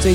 最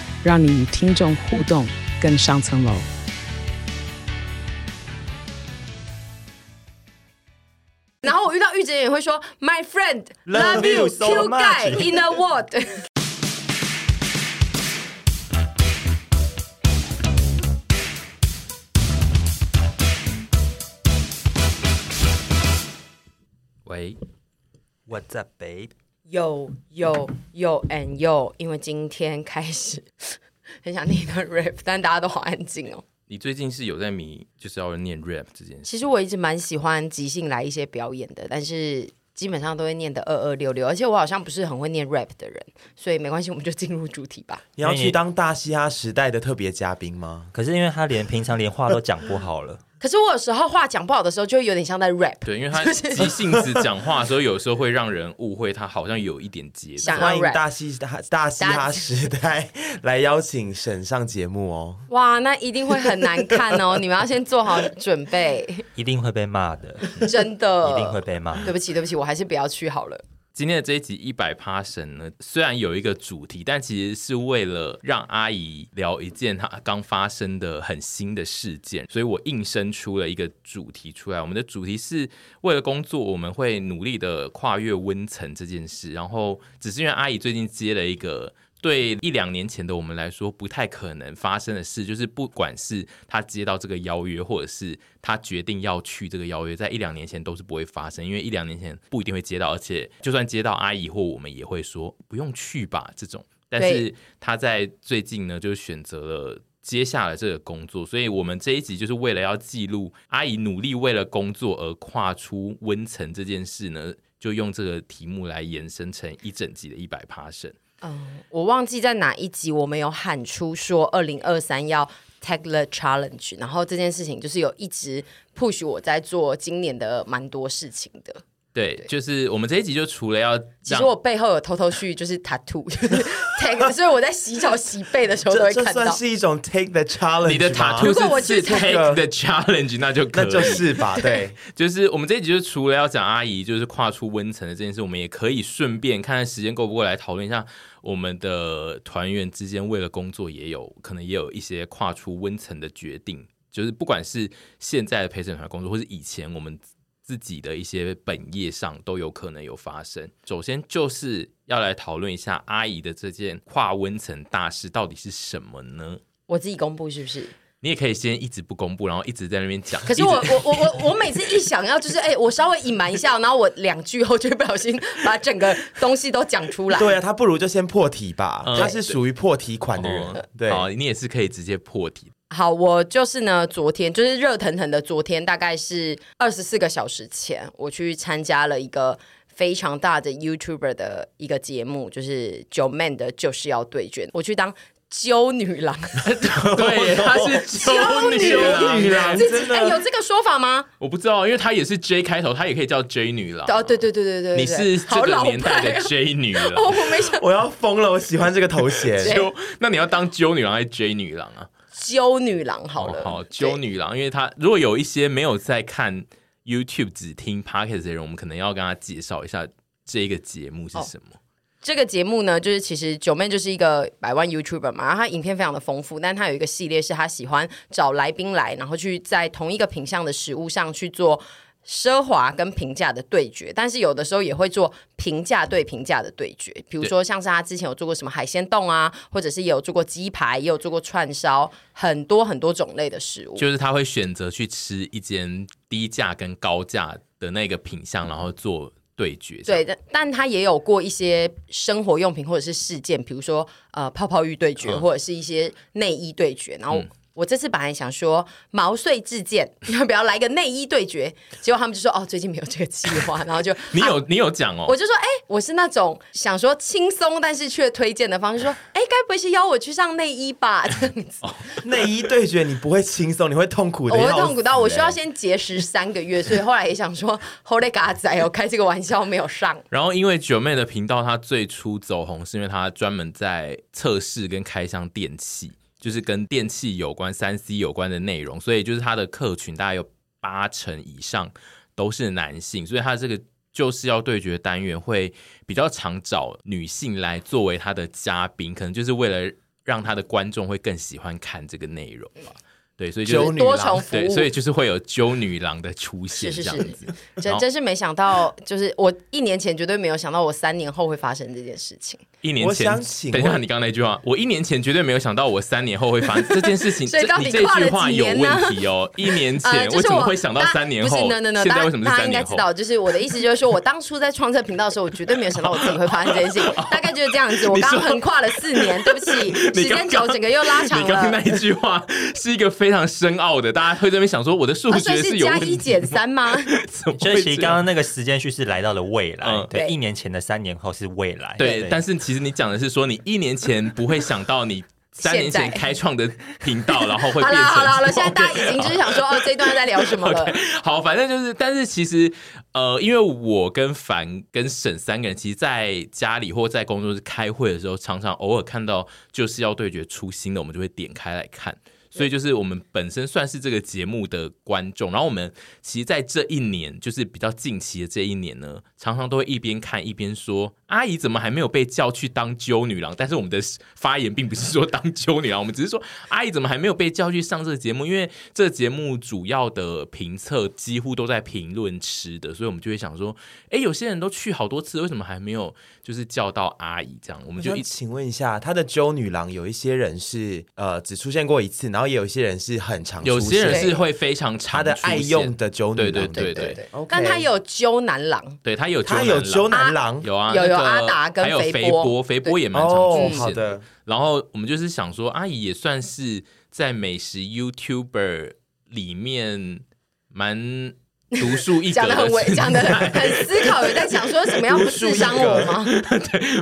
让你与听众互动更上层楼。 然后我遇到玉姐也会说，My friend Love love you you so Q much guy in the world 。 喂， What's up, babe？有有有 and 有，因为今天开始很想念一段 rap，但大家都好安静哦。你最近是有在迷，就是要念 rap 这件事？其实我一直蛮喜欢即兴来一些表演的，但是基本上都会念的二二六六，而且我好像不是很会念 rap 的人，所以没关系，我们就进入主题吧。你要去当大嘻哈时代的特别嘉宾吗？可是因为他连平常连话都讲不好 了，可是我有时候话讲不好的时候，就会有点像在 rap，对，因 为他急性子讲话的时候，有时候会让人误会他好像有一点节奏 想。要欢迎 rap。大嘻大大嘻哈时代来邀请沈上节目哦。哇，那一定会很难看哦！ 你们要先做好准备，一定会被骂的，真的一定会被骂。 对不起，对不起，我还是不要去好了。今天的这一集一百 p 神呢，虽然有一个主题，但其实是为了让阿姨聊一件她刚发生的很新的事件，所以我硬生出了一个主题出来。我们的主题是为了工作，我们会努力的跨越温层这件事。然后，只是因为阿姨最近接了一个。对一两年前的我们来说，不太可能发生的事，就是不管是她接到这个邀约，或者是她决定要去这个邀约，在一两年前都是不会发生，因为一两年前不一定会接到，而且就算接到，阿姨或我们也会说不用去吧这种。但是她在最近呢，就选择了。接下了这个工作，所以我们这一集就是为了要记录阿姨努力为了工作而跨出温层这件事呢，就用这个题目来延伸成一整集的一百 p a 嗯，我忘记在哪一集我们有喊出说二零二三要 take the challenge，然后这件事情就是有一直 push 我在做今年的蛮多事情的。对，就是我们这一集就除了要其让实我背后有偷偷去就是 tattoo，就是 take，所以我在洗澡洗背的时候都这会这看算到。是一种 take the challenge 你的吗 tattoo 如果我是去是采 take the challenge，那就可以 那就是吧？ 对，就是我们这一集就除了要讲阿姨就是跨出温层的这件事，我们也可以顺便看看时间够不够来讨论一下我们的团员之间为了工作也有可能也有一些跨出温层的决定，就是不管是现在的陪审团工作，或是以前我们自己的一些本业上都有可能有发生。首先就是要来讨论一下阿姨的这件跨温层大事到底是什么呢？我自己公布是不是？你也可以先一直不公布，然后一直在那边讲。可是一直我我我我我每次一想要就是哎、我稍微隐瞒一下，然后我两句后就会不小心把整个东西都讲出来。对啊，他不如就先破题吧，嗯他是属于破题款的哦 人。对，好，你也是可以直接破题。好，我就是呢，昨天就是热腾腾的，昨天大概是二十四个小时前，我去参加了一个非常大的 YouTuber 的一个节目，就是九 man 的就是要对决，我去当揪女 郎， 对，她是修修女 郎自真己的哎、有这个说法吗？我不知道，因为她也是 J 开头，她也可以叫 J 女郎。哦，对对对对对对，你是这好个老年代派的啊！ J 女 哦，郎。我没想我要疯了，我喜欢这个头 衔。揪，那你要当揪女郎还是 J 女郎啊？揪女郎好了，哦好揪女郎，因为她如果有一些没有在看 YouTube 只听 Podcast 的人，我们可能要跟她介绍一下这个节目哦是什么。这个节目呢，就是其实九妹就是一个百万 YouTuber 嘛，然后她影片非常的丰富，但她有一个系列是她喜欢找来宾来，然后去在同一个品相的食物上去做奢华跟平价的对决，但是有的时候也会做平价对平价的对决，比如说像是她之前有做过什么海鲜冻啊，或者是也有做过鸡排，也有做过串烧，很多很多种类的食物。就是她会选择去吃一间低价跟高价的那个品相，然后做对决。对，但但他也有过一些生嗯活用品或者是事件，比如说呃泡泡浴对决，或者是一些内衣对决。然后我这次本来想说毛遂自荐， 要不要来个内衣对决？结果他们就说哦，最近没有这个计 划，然后就你啊有你有讲哦我，就说，哎、我是那种想说轻松，但是却推荐的方式，说，哎、该不会是邀我去上内衣吧？ 这样子，哦内衣对决你不会轻松，你会痛苦我的、会痛苦到我需要。先节食三个欸月，所以后来也想说，Holy 嘎仔，我开这个玩笑没有 上。然后因为九妹的频道，她最初走红是因为她专门在测试跟开箱电器，就是跟电器有关、三 C 有关的内容，所以就是她的客群大概有八成以上都是男性，所以她这个。就是要对决单元会比较常找女性来作为她的嘉宾，可能就是为了让她的观众会更喜欢看这个内容吧。对，所以就揪是女多郎重服对，务，啊所以就是会有揪女郎的出现是这是样是子。然 真后真是没想到，就是我一年前绝对没有想到，我三年后会发生这件事情，一年我前想，请等一下，问你刚刚那句话，我一年前绝对没有想到，我三年后会发 生这件事情。所以这到底你这跨了句话几有年呢问 题哦。一年前呃就是为我什么会想到大家三年不后？是，no no no，现大在家为什么大家是三应该年知后？道，就是我的意思就是说，我当初在创这频道的时候，我绝对没有想到我自己会发生这件事情，大概就是这样子。我刚刚横跨了四年，对不起，时你刚间久，整个又拉长你刚刚那了。一句话是一个非常深奥的， 大家会在那边想说我的数啊，所学以是是有加问一题。减三 吗？怎么会所以其实这刚样刚那个时间序是来到了未来，嗯对，对一年前的三年后是未来，对，但是其实你讲的是说，你一年前不会想到你三年前现在开创的频 道，然后会好变了成好了好了，现在 OK，大家已经就是想说，哦，这一段在聊什么 了？好，反正就是，但是其实，呃，因为我跟凡跟沈三个人，其实在家里或在工作室开会的时候，常常偶尔看到就是要对决出新的，我们就会点开来看。所以就是我们本身算是这个节目的观众，然后我们其实在这一年，就是比较近期的这一年呢，常常都会一边看一边说：“阿姨怎么还没有被叫去当揪女郎？”但是我们的发言并不是说当揪女郎，我们只是说阿姨怎么还没有被叫去上这个节目？因为这个节目主要的评测几乎都在评论吃的，所以我们就会想说：“哎，有些人都去好多次，为什么还没有就是叫到阿姨？”这样我我们就就一请问一下，他的揪女郎有一些人是呃只出现过一次，然后也有一些人是很常出现，有些人对是会非他常常的出爱现用的揪女郎，对对对不对对对 OK 但他也有揪男郎，对他有他男有郎揪男郎，有啊，有那有个阿达跟还有肥肥波波，肥波也蛮常哦出，好现的，然后我们就是想说，阿姨也算是在美食 YouTuber 里面蛮独树一格 讲的的很 存委，在，讲的很思考，有在想说什么要不刺伤我吗？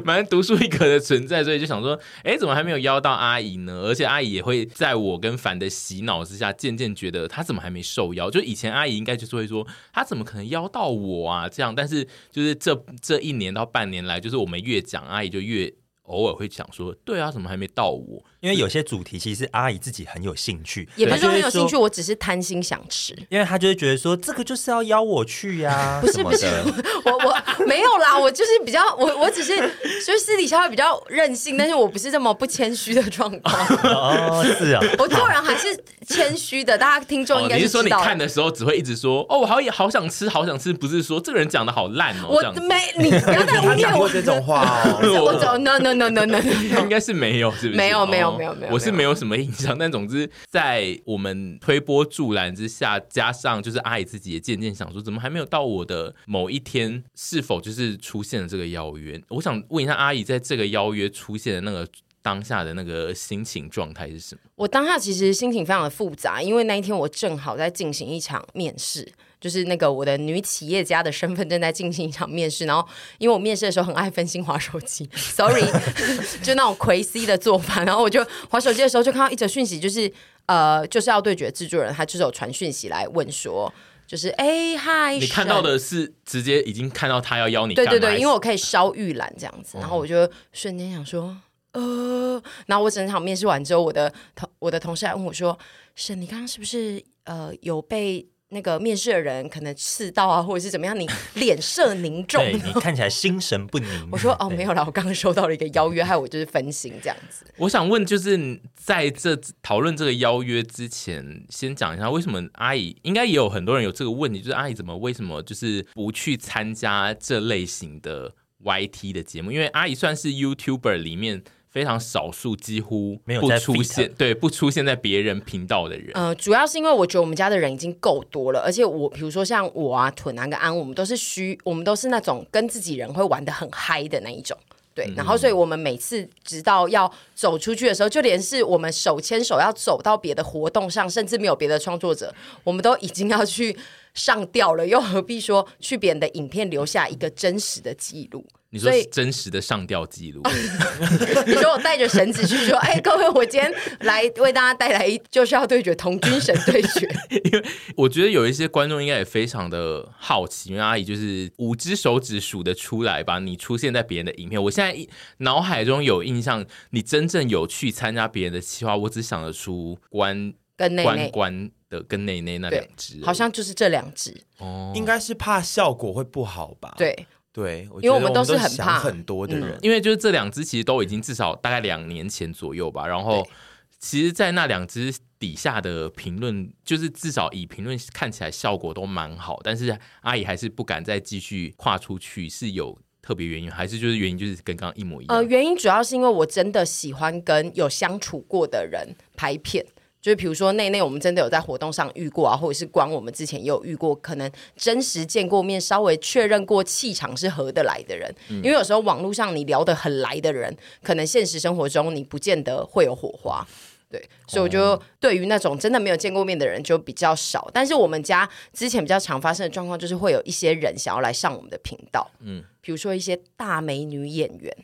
蛮独树一格的存在，所以就想说，哎，怎么还没有邀到阿姨呢？而且阿姨也会在我跟凡的洗脑之下，渐渐觉得她怎么还没受邀？就以前阿姨应该就是会说，她怎么可能邀到我啊？这样，但是就是这这一年到半年来，就是我们越讲，阿姨就越偶尔会讲说，对啊，怎么还没到我？因为有些主题其实阿姨自己很有兴趣，也不是说很有她就会兴趣，，我只是贪心想吃。因为她就会觉得说这个就是要邀我去呀，不是什么不是的，我我没有啦，我就是比较我我只是就是私底下会比较任性，但是我不是这么不谦虚的状况，哦，是啊，我做人还是谦虚的，大家听众应哦，该你是知道说你的。看的时候只会一直说哦，我好也好想吃，好想吃，不是说这个人讲的好烂哦，我这样子没你不要再污他蔑讲我过这种话哦。我走 no no no no no no， 应该是没有，是不是？没有哦没有没有没有我是没有什么印象。但总之，在我们推波助澜之下，加上就是阿姨自己也渐渐想说，怎么还没有到我的某一天？是否就是出现了这个邀约？我想问一下阿姨，在这个邀约出现的那个当下的那个心情状态是什么？我当下其实心情非常的复杂，因为那一天我正好在进行一场面试，就是那个我的女企业家的身份正在进行一场面试。然后因为我面试的时候很爱分心划手机，sorry，就 那种魁 C 的做法。然后我就划手机的时候就看到一则讯息，就是呃，就是要对决制作人，他就是有传讯息来问说，就是哎嗨，你看沈到的是直接已经看到他要邀你对对干嘛嗯对，因为我可以烧预览这样子，然后我就瞬间想说，呃，然后我整场面试完之后，我的同我的同事还问我说，沈，你刚刚是不是呃有被那个面试的人可能刺到啊，或者是怎么样？你脸色凝重。对你看起来心神不宁。 我说哦，对没有啦，我刚刚收到了一个邀约，害我就是分心这样子。我想问，就是在这讨论这个邀约之前，先讲一下为什么阿姨应该也有很多人有这个问题，就是阿姨怎么为什么就是不去参加这类型的 YT 的节目？因为阿姨算是 YouTuber 里面非常少数，几乎没有不在出 feed 现，对，不出现在别人频道的人。呃，主要是因为我觉得我们家的人已经够多了，而且我比如说像我啊、屯啊跟安，我们都是虚，我们都是那种跟自己人会玩的很嗨的那一种。对，然后所以我们每次直到要走出去的时候，就连是我们手牵手要走到别的活动上，甚至没有别的创作者，我们都已经要去上吊了，又何必说去别人的影片留下一个真实的记录？ 你说所以是真实的上吊 记录，你说我带着绳子去说，哎，各位，我今天来为大家带来一就是要对决童军神对决，我觉得有一些观众应该也非常的好奇，因为阿姨就是五只手指数得出来吧？你出现在别人的影片，我现在一脑海中有印象，你真正有去参加别人的企划，我只想得出关跟内关内关的跟内内那两对只而已，好像就是这两只，哦应该是怕效果会不好吧？对对，因为我我觉得们都是我很想怕嗯很多的人，因为就是这两只其实都已经至少大概两年前左右吧，然后对其实，在那两只底下的评论，就是至少以评论看起来效果都蛮好，但是阿姨还是不敢再继续跨出去，是有特别原因，还是就是原因就是跟刚刚一模一样？呃，原因主要是因为我真的喜欢跟有相处过的人拍片。就是比如说内内，我们真的有在活动上遇过啊，或者是光我们之前也有遇过，可能真实见过面，稍微确认过气场是合得来的人。嗯因为有时候网络上你聊得很来的人，可能现实生活中你不见得会有火花。对，所以我就对于那种真的没有见过面的人就比较少，但是我们家之前比较常发生的状况就是会有一些人想要来上我们的频道，嗯，比如说一些大美女演员，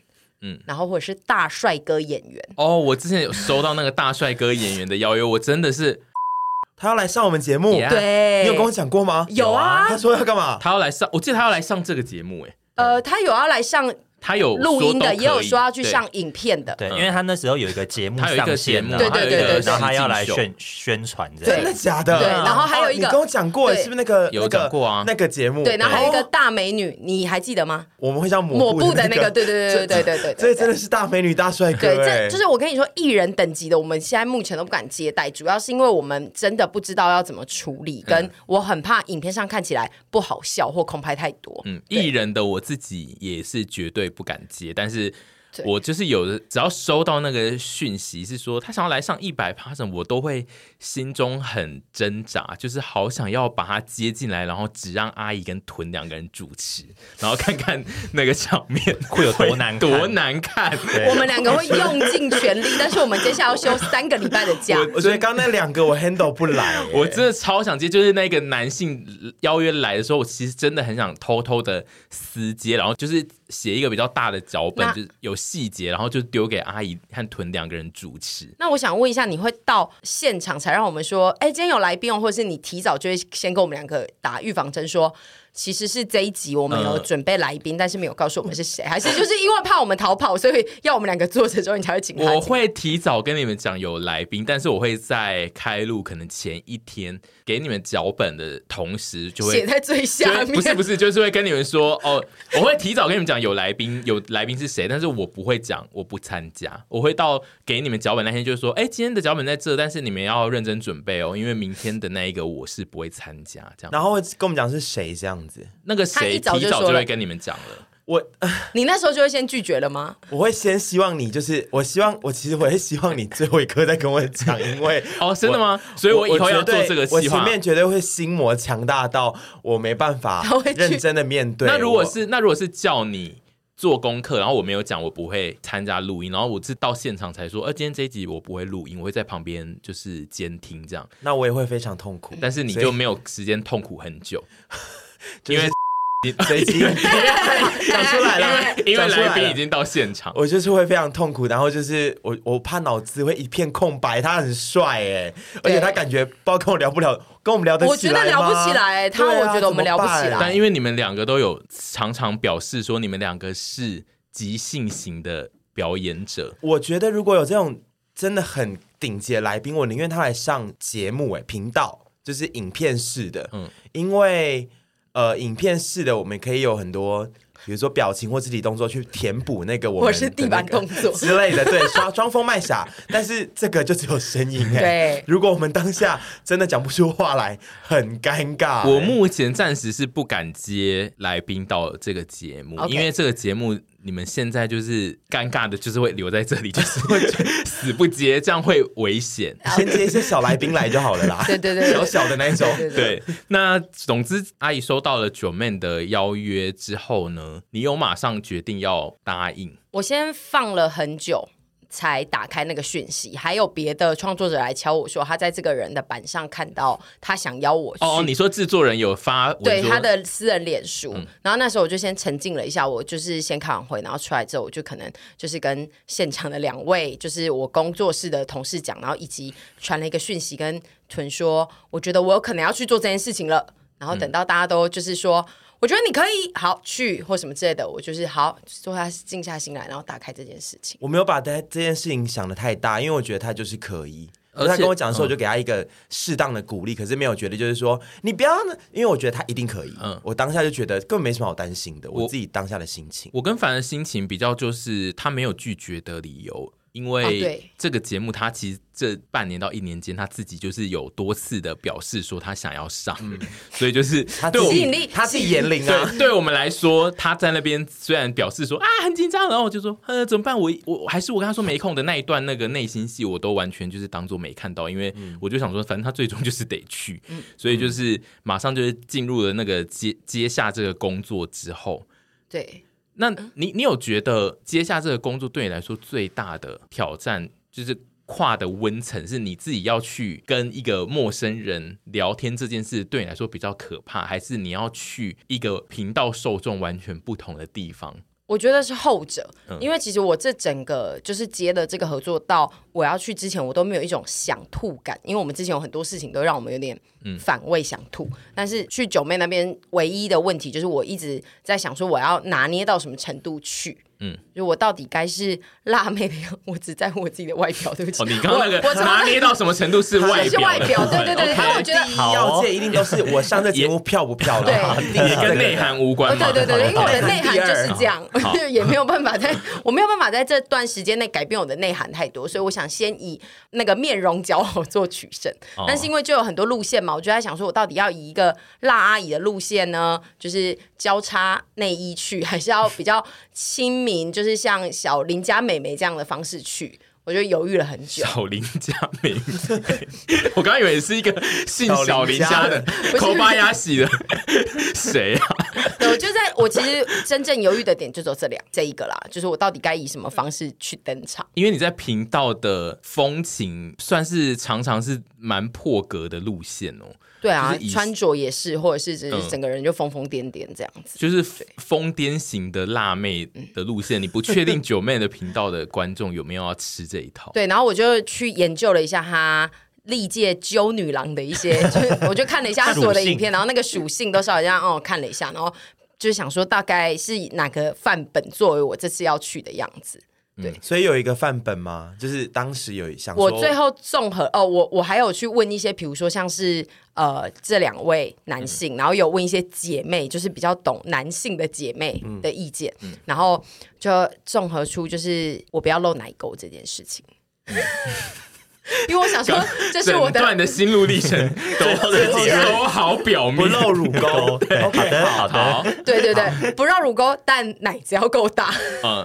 嗯，然后或者是大帅哥演员，哦，我之前有收到那个大帅哥演员的邀约，我真的是他要来上我们节目， Yeah 对，你有跟我讲过吗？有啊他说要干嘛？他要来上，我记得他要来上这个节目，哎，呃，他有要来上他有录说音都的，可也有以说要去对上影片的，对，因为他那时候有一个节目他有一个上线节目啊，对对对然后对对然后他要来对宣宣传这真样的。假的？对然后还有一个哦你跟我讲过，对是不是那个有那个讲过啊那个节目，对，然后还有一个哦大美女，你还记得吗？我们会叫抹抹布的的那个，个，对对对对对对对对，这真的是大美女大帅哥，对，哎这就是我跟你说，艺人等级的，我们现在目前都不敢接待，主要是因为我们真的不知道要怎么处理，跟我很怕影片上看起来不好笑或空拍太多。嗯，对艺人的我自己也是绝对不敢接，但是对我就是有的，只要收到那个讯息是说他想要来上一百 p a s s 我都会心中很挣扎，就是好想要把他接进来，然后只让阿姨跟屯两个人主持，然后看看那个场面会有多难看多难看。我们两个会用尽全力，但是我们接下来要休三个礼拜的假。我觉得刚那两个我 handle 不来，哎 我真的超想接，就是那个男性邀约来的时候，我其实真的很想偷偷的私接，然后就是写一个比较大的脚本那，就是有细节，然后就丢给阿姨和屯两个人主持。那我想问一下，你会到现场才让我们说，哎，今天有来宾哦，或者是你提早就会先跟我们两个打预防针说？其实是这一集我们有嗯准备来宾，但是没有告诉我们是谁，还是就是因为怕我们逃跑，所以要我们两个坐着之后你才会请他进来？我会提早跟你们讲有来宾，但是我会在开录可能前一天给你们脚本的同时，就写会。在最就下会面，不是不是，就是会跟你们说哦，我会提早跟你们讲有来宾，有来宾是谁，但是我不会讲，我不参加，我会到给你们脚本那天就说，哎、今天的脚本在这，但是你们要认真准备哦，因为明天的那一个我是不会参加，这样。然后会跟我们讲是谁这样子，那个啊他谁一早提就早说就了会跟你们讲了，我你那时候就会先拒绝了吗？我会先希望你，就是我希望我其实我会希望你最后一刻再跟我讲，因为哦，真的吗？ 所以我以后要绝做对这个我计前划。面绝对会心魔强大到我没办法他会去认真的面对。那如果我是那如果是叫你做功课，然后我没有讲，我不会参加录音，然后我是到现场才说，呃，今天这一集我不会录音，我会在旁边就是监听这样。那我也会非常痛苦，但是你所以就没有时间痛苦很久，就是因为 随机 讲出来了，因为讲出来来宾了已。经到现场。我就是会非常痛苦，然后就是我我怕脑子会一片空白。他很帅哎，而且他感觉不知道跟我聊不了，跟我们聊得我起觉来得聊不吗起来，他对啊我觉得我们聊不起怎么办但来。因为你们两个都有常常表示说，你们两个是即兴型的表演者，我觉得如果有这种真的很顶级的来宾，我宁愿他来上节目哎、频道就是影片式的，嗯嗯，因为呃影片式的我们可以有很多。比如说表情或肢体动作去填补那个我们我的是地板那个动作之类的，对，装装疯卖傻。但是这个就只有声音哎、 对如果我们当下真的讲不出话来，很尴尬、我哎目前暂时是不敢接来宾到这个节目 OK。因为这个节目你们现在就是尴尬的，就是会留在这里，就是会 死不接，这样会危险。先接一些小来宾来就好了啦 对对对对小小的那一种。对对对，那总之，阿姨收到了九妹的邀约之后呢，你有马上决定要答应，我先放了很久才打开那个讯息，还有别的创作者来敲我说，他在这个人的版上看到他想邀我去。哦，你说制作人有发文对说他的私人脸书，然后那时候我就先沉浸了一下，我就是先开完会，然后出来之后，我就可能就是跟现场的两位，就是我工作室的同事讲，然后以及传了一个讯息跟屯说，我觉得我有可能要去做这件事情了，然后等到大家都就是说。我觉得你可以好去或什么之类的，我就是好坐下静下心来，然后打开这件事情。我没有把这这件事情想的太大，因为我觉得他就是可以。而且嗯他跟我讲的时候，我就给他一个适当的鼓励，可是没有觉得就是说你不要呢，因为我觉得他一定可以。嗯我当下就觉得根本没什么好担心的，我我自己当下的心情。我跟凡的心情比较就是他没有拒绝的理由，因哦为对这个节目他其实这半年到一年间他自己就是有多次的表示说他想要上， 所以就是嗯他对自我吸己引力他自己言龄啊，对，对我们来说，他在那边虽然表示说啊很紧张，然后我就说呃怎么办？我我我还是我跟他说没空的那一段那个内心戏，我都完全就是当做没看到，因为我就想说，反正他最终就是得去，所以就是马上就是进入了那个接接下这个工作之后，对，那嗯你你有觉得接下这个工作对你来说最大的挑战，就是跨的温层，是你自己要去跟一个陌生人聊天这件事对你来说比较可怕，还是你要去一个频道受众完全不同的地方？我觉得是后者，嗯因为其实我这整个就是接的这个合作到我要去之前，我都没有一种想吐感，因为我们之前有很多事情都让我们有点嗯反胃想吐，但是去九妹那边唯一的问题就是我一直在想说我要拿捏到什么程度去，嗯，就我到底该是辣妹的样，我只在乎我自己的外表，对不起，哦，你刚刚那我我个从拿捏到什么程度是外是表外的部表，对分对对对， OK 哦但我觉得第一要件一定都是我上这节目漂不漂亮，对也跟内涵无关嘛。呃对对对对，因为我的内涵第二啊就是这样好， 也没有办法在，我没有办法在这段时间内改变我的内涵太多，所以我想先以那个面容姣好做取胜。哦但是因为就有很多路线嘛，我就在想说，我到底要以一个辣阿姨的路线呢，就是交叉内衣去，还是要比较亲民，就是像小邻家美眉这样的方式去？我就犹豫了很久。 小林家美美，我刚刚以为是一个姓小林家的不是 口巴牙洗的谁啊？对，我就在我其实真正犹豫的点就只有这两这一个啦，就是我到底该以什么方式去登场。因为你在频道的风情算是常常是蛮破格的路线哦，对啊就是以，穿着也是，或者是只嗯是整个人就疯疯癫癫这样子。就是疯癫型的辣妹的路线。你不确定九妹的频道的观众有没有要吃这一套？对，然后我就去研究了一下她历届揪女郎的一些， 就是我就看了一下她所有的影片，然后那个属性都稍微这样哦看了一下，然后就是想说大概是以哪个范本作为我这次要去的样子。所以有一个范本吗？就是当时有想说，我最后综合哦，我我还有去问一些，比如说像是呃这两位男性，嗯然后有问一些姐妹，就是比较懂男性的姐妹嗯的意见，然后就综合出就是我不要露奶沟这件事情， 因为我想 说这是我嗯整段的。的心路历程都 最后的都好表不面。露乳沟对好，OK，的好的，好， 对对对，不让乳沟，但奶只要够 大。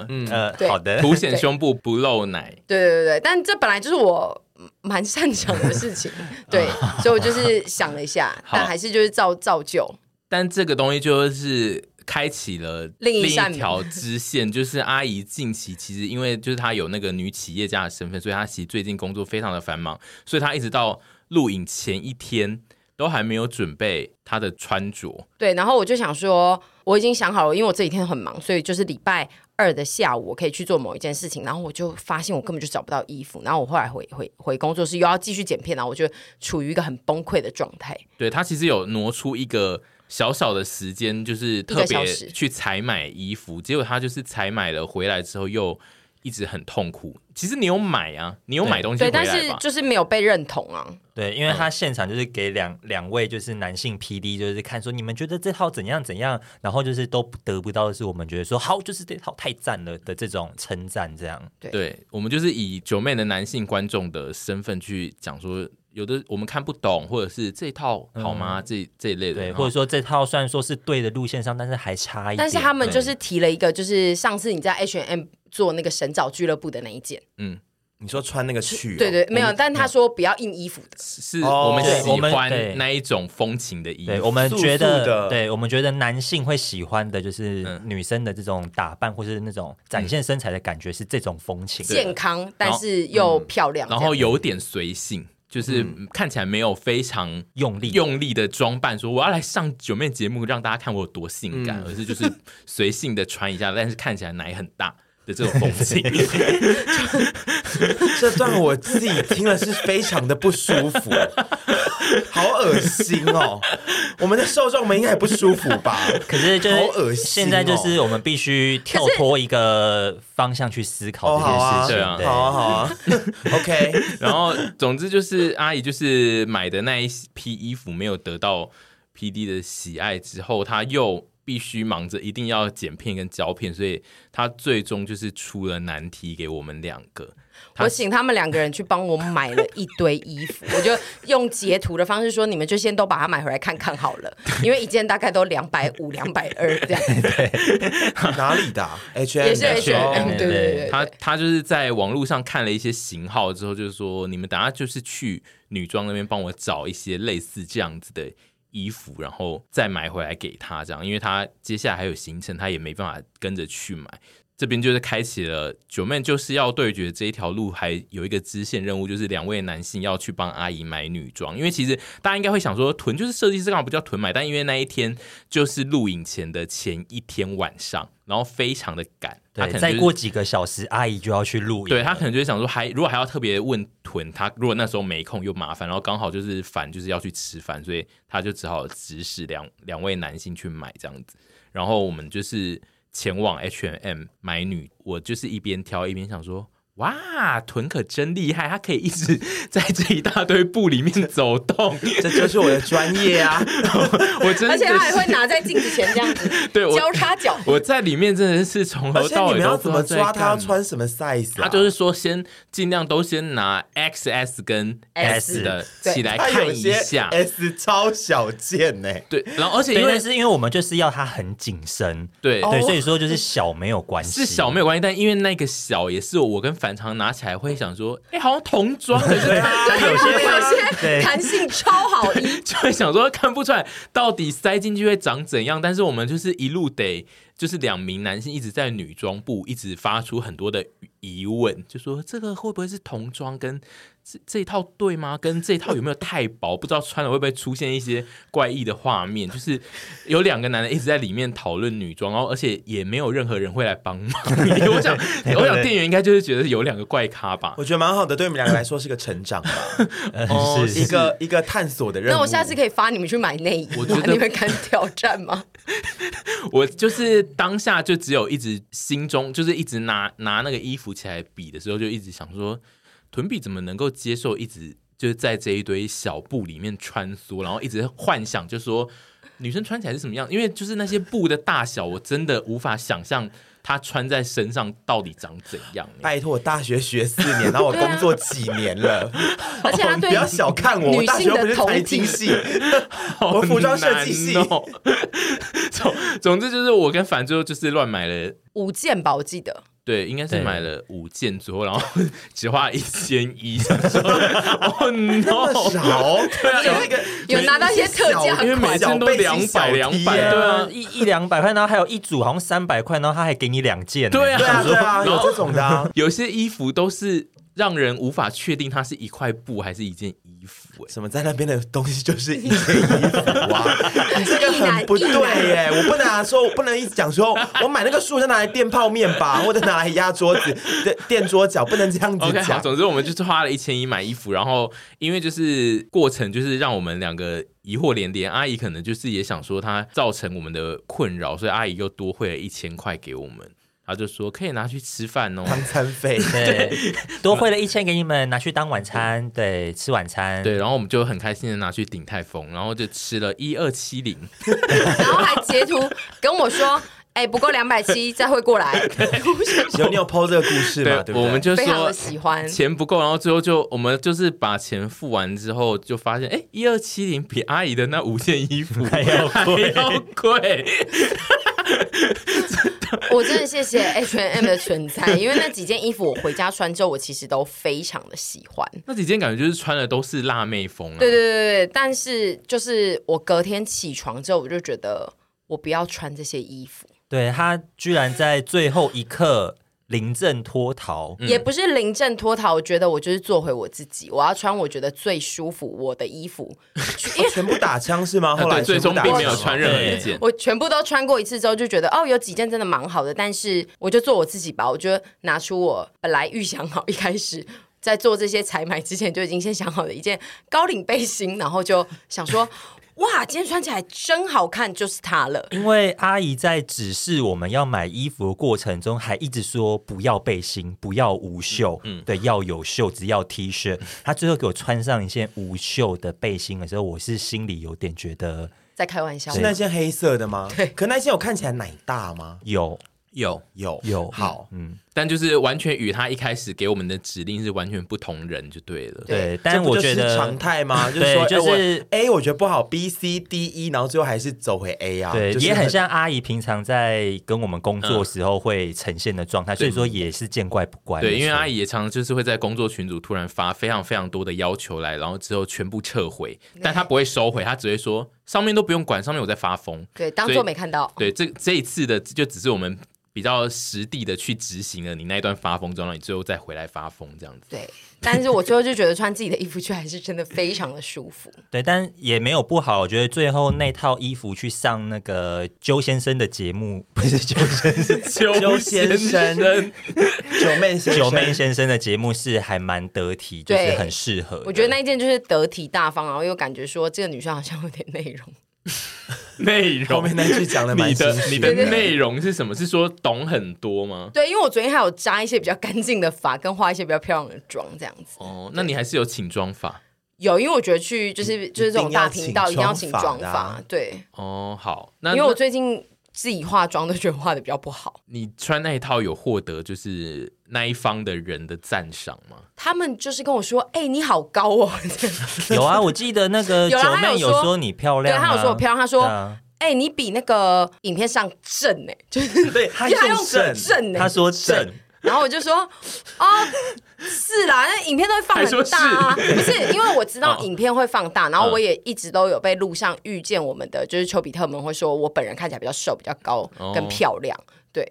嗯，呃，对好的，凸显胸部不露奶。对对对对，但这本来就是我蛮擅长的事 情，对，所以我就是想了一下，好但还是就是照照旧。但这个东西就是开启了另一一扇门条支线，就是阿姨近期其实因为就是她有那个女企业家的身份，所以她其实最近工作非常的繁忙，所以她一直到录影前一天都还没有准备她的穿着。对，然后我就想说，我已经想好了，因为我这几天很忙，所以就是礼拜二的下午我可以去做某一件事情。然后我就发现我根本就找不到衣服，然后我后来回回回工作室又要继续剪片，然后我就处于一个很崩溃的状态。对她其实有挪出一个。小小的时间就是特一个别小时去采买衣服，结果她就是采买了回来之后又一直很痛苦。其实你有买啊，你有买东西对，回来吧？但是就是没有被认同啊。对，因为他现场就是给两两位就是男性 PD，就是看说你们觉得这套怎样怎样，然后就是都得不到的是我们觉得说好，就是这套太赞了的这种称赞，这样对，我们就是以九妹的男性观众的身份去讲说，有的我们看不懂，或者是这一套好吗？这这一类的，嗯对，然后或者说这套虽然说是对的路线上，但是还差一点，但是他 H&M 们就是提了一个，就是上次你在 H M 做那个神找俱乐部的那一件，嗯嗯，你说穿那个去、哦，对对，没有，但他说不要印衣服的，是哦我们对喜我们对欢那一种风情的衣对服。我们素觉素得，的对我们觉得男性会喜欢的就是女生的这种打扮，或是那种展现身材的感觉，是这种风情。健康，但是又漂亮，嗯然后有点随性，就是嗯看起来没有非常用力用力的装扮，说我要来上九妹节目让大家看我有多性嗯感，而是就是随性的穿一下，但是看起来奶很大的这种风 情。 这段我自己听了是非常的不舒服，好恶心哦！我们的受众们应该也不舒服吧？可是就好恶是心哦现在就是我们必须跳脱一个方向去思哦，考这好啊，件事对对情。啊对好啊，好啊，OK，然后总之就是阿姨就是买的那一批衣服没有得到 P D 的喜爱之后，她又必须忙着一定要剪片跟胶片，所以她最终就是出了难题给我们两个。我请他们两个人去帮我买了一堆衣服，我就用截图的方式说，你们就先都把它买回来看看好了，因为一件大概都两百五、两百二这样，哪里的、啊、？H 也是 M H M，哦对对对他对，他就是在网络上看了一些型号之后，就是说你们等下就是去女装那边帮我找一些类似这样子的衣服，然后再买回来给他这样，因为他接下来还有行程，他也没办法跟着去买。这边就是开启了九妹就是要对决这一条路，还有一个支线任务，就是两位男性要去帮阿姨买女装。因为其实大家应该会想说，囤就是设计师干嘛不叫囤买？但因为那一天就是录影前的前一天晚上，然后非常的赶，他可对，能再就是过几个小时，阿姨就要去录影。对他可能就会想说还，如果还要特别问屯，他如果那时候没空又麻烦，然后刚好就是反就是要去吃饭，所以他就只好指使两两位男性去买这样子。然后我们就是前往 H&M 买女，我就是一边挑一边想说。哇，屯可真厉害，他可以一直 在这一大堆布里面走动，这就是我的专业 啊！我真的而且他还会是拿在镜子前这样子对我交叉脚，我在里面真的是从而头且到你尾们都要不知怎道么在抓他要干嘛穿什么 size 啊？他就是说先尽量都先拿 XS 跟 S S 的对起来他看有一些下， S 超小件呢、对，然后而且因对，因为为是是因为我们就是要它很紧身，对对，哦所以说就是小没有关系，是小没有关系，但因为那个小也是我跟反常拿起来会想说，哎，好像童装可 是啊它啊有些有些对弹性超好衣， 就会想说看不出来到底塞进去会长怎样，但是我们就是一路得就是两名男性一直在女装部一直发出很多的疑问，就说这个会不会是童装跟这这一套对吗？跟这一套有没有太薄？不知道穿了会不会出现一些怪异的画面？就是有两个男人一直在里面讨论女装，然后而且也没有任何人会来帮忙。 我想，我想店员应该就是觉得有两个怪咖吧。我觉得蛮好的，对你们两个来说是个成长 吧，哦， 是一个一个探索的任务。那我下次可以发你们去买内衣我吗觉？得你们敢挑战吗？我就是当下就只有一直心中就是一直拿拿那个衣服起来比的时候，就一直想说，屯比怎么能够接受一直就是在这一堆小布里面穿梭，然后一直幻想就说女生穿起来是什么样，因为就是那些布的大小，我真的无法想象她穿在身上到底长怎样、拜托，我大学学四年，然后我工作几年了，啊 而且他你对 不要小看我，我女大学性又不的是头财体经系， 我服装设计系好难哦 总总之就是我跟凡最后就是乱买了。五件吧，我记得。对，应该是对买了五件左右，然后 只花一千一， 想说 哦那么 no，少，对啊有一个有拿到一些特价小因为每件小都背心两小百提两耶百，对啊， 一一两百块，然后还有一组好像三百块，然后他还给你两件呢，对啊对啊对啊，有这种的啊。有些衣服都是让人无法确定它是一块布还是一件衣服、欸，什么在那边的东西就是一件衣服 啊，这个很不一男对耶！我不能说，我不能一直讲说，我买那个树就拿来垫泡面吧，或者拿来压桌子、垫垫桌角，不能这样 OK，子好，讲。总之我们就是花了一千一买衣服，然后因为就是过程就是让我们两个疑惑连连，阿姨可能就是也想说她造成我们的困扰，所以阿姨又多汇了一千块给我们，她就说可以拿去吃饭哦，当餐费，对，多汇了一千给你们，拿去当晚餐，对，吃晚餐，对，然后我们就很开心的拿去鼎泰丰，然后就吃了一二七零，然后还截图跟我说：“哎、不够两百七，再汇过来。我想有你有 PO 这个故事嘛？对不对？我们就非常说的喜欢钱不够，然后最后就我们就是把钱付完之后，就发现哎，一二七零比阿 姨的那五件衣服还要贵，还要贵。 我真的谢谢 H&M 的存在，因为那几件衣服我回家穿之后，我其实都非常的喜欢。那几件感觉就是穿的都是辣妹风啊。对对对对，但是就是我隔天起床之后，我就觉得我不要穿这些衣服，对他居然在最后一刻临阵脱逃，也不是临阵脱逃。我觉得我就是做回我自己，我要穿我觉得最舒服我的衣服，因为全部打枪是吗？啊后来对，最全终部打并没有枪穿任何一件。 我全部都穿过一次之后，就觉得哦，有几件真的蛮好的，但是我就做我自己吧。我就拿出我本来预想好一开始。在做这些采买之前，就已经先想好了一件高领背心，然后就想说，哇，今天穿起来真好看，就是它了。因为阿姨在指示我们要买衣服的过程中，还一直说不要背心，不要无袖，嗯对，要有袖子，要 T 恤。她最后给我穿上一件无袖的背心的时候，我是心里有点觉得在开玩笑，是那件黑色的吗？对可那件有看起来奶大吗？有有，有有好，嗯，但就是完全与他一开始给我们的指令是完全不同人，就对了。对，这但不我就觉是得常态吗？就对是说，就哎我是 A 我觉得不好，B、C、D、E，然后最后还是走回 A 啊，对，就是嗯也很像阿姨平常在跟我们工作时候会呈现的状态，所以说也是见怪不怪。对，没因为错阿姨也常就是会在工作群组突然发非常非常多的要求来，然后之后全部撤回，但她不会收回，她只会说上面都不用管，上面我在发疯。对，当所做以没看到。对，这这一次的就只是我们比较实地的去执行了你那一段发疯之后，让你最后再回来发疯这样子。对，但是我最后就觉得穿自己的衣服去还是真的非常的舒服。对，但也没有不好。我觉得最后那套衣服去上那个周先生的节目，不是周先生，周先生、九妹先生、九妹先生的节目是还蛮得体，就是对很适合的。我觉得那一件就是得体大方，然后又感觉说这个女生好像有点内容。 内 后容，面那句讲的蛮你清的晰你的对对内容是什么？是说懂很多吗？对，因为我昨天还有扎一些比较干净的发，跟化一些比较漂亮的妆，这样子。哦，那你还是有请妆法有，因为我觉得去就是就是这种大频道一一定定要要请请妆妆发啊发，对，哦。好，那嗯因为我那最近自己化妆都觉得化的比较不好。你穿那一套有获得就是那一方的人的赞赏吗？他们就是跟我说：“哎、你好高哦！” 有啊，我记得那 个有啊九他妹有有说说你漂对亮、啊，他有说我漂亮，他说对啊，：“哎、你比那个影片上正哎、就是对，他因为他用用正，正哎、他说正，然后我就说，哦，是啦，那影片都会放很大啊，不是因为我知道嗯影片会放大，然后我也一直都有被路上遇见我们的就是丘比特们会说我本人看起来比较瘦、比较高哦跟漂亮，对。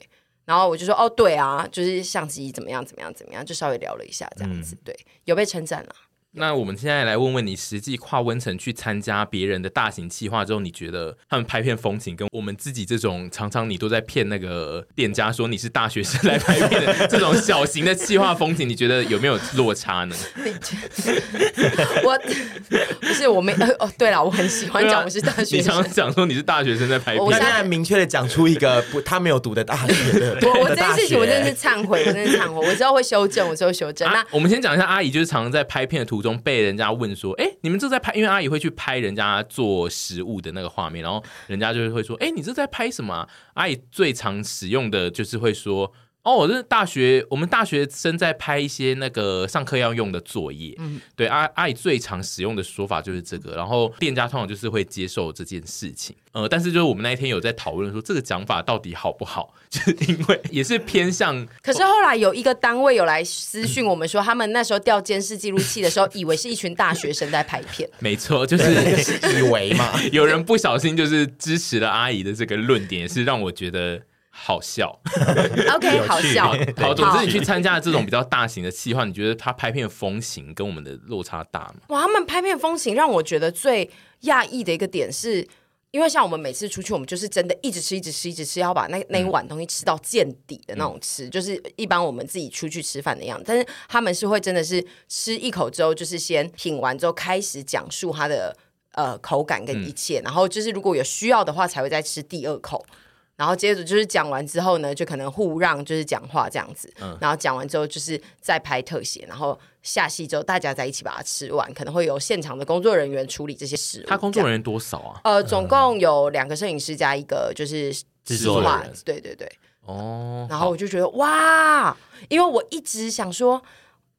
然后我就说哦，对啊，就是相机怎么样怎么样怎么样，就稍微聊了一下这样子，嗯对，有被称赞了。 那我们现在来问问你，实际跨温层去参加别人的大型企划之后，你觉得他们拍片风景跟我们自己这种常常你都在骗那个店家说你是大学生来拍片的这种小型的企划风景，你觉得有没有落差呢？我不是我没、呃哦，对了，我很喜欢对啊讲我是大 学你生常，常讲说你是大学生在拍我那现现在片，在明确的讲出一个不他没有读的大学的， 我我的这件大事情我真的学是忏悔，我真的是忏悔，我之后会修正，我之后修正。那啊我们先讲一下阿姨，就是常常在拍片的途中被人家问说：“哎、你们这在拍？”因为阿姨会去拍人家做食物的那个画面，然后人家就是会说：“哎、你这在拍什么啊、阿姨最常使用的就是会说。哦，我这是大学，我们大学生在拍一些那个上课要用的作业。嗯，对，阿阿姨最常使用的说法就是这个，然后店家通常就是会接受这件事情。呃，但是就是我们那一天有在讨论说这个讲法到底好不好，就是因为也是偏向可是后来有一个单位有来私讯我们说，他们那时候调监视记录器的时候，以为是一群大学生在拍 片。没错，就是是以为嘛， 有人不小心就是支持了阿姨的这个论点，也是让我觉得好笑。 OK，好笑。好，总之你去参加这种比较大型的企划，你觉得他拍片风行跟我们的落差大吗？哇，他们拍片风情让我觉得最讶异的一个点是。因为像我们每次出去，我们就是真的一直吃，一直吃，一直吃，要把那那一嗯碗东西吃到见底的那种吃，就是一般我们自己出去吃饭的样子。但是他们是会真的是吃一口之后，就是先品完之后开始讲述它的呃口感嗯跟一切，然后就是如果有需要的话才会再吃第二口。然后接着就是讲完之后呢，就可能互让，就是讲话这样子。嗯然后讲完之后，就是再拍特写，然后下戏之后大家再一起把它吃完，可能会由现场的工作人员处理这些食物。他工作员人员多少啊？呃，总共有两个摄影师加一个就是制作企划人对对对。哦，然后我就觉得哇，因为我一直想说。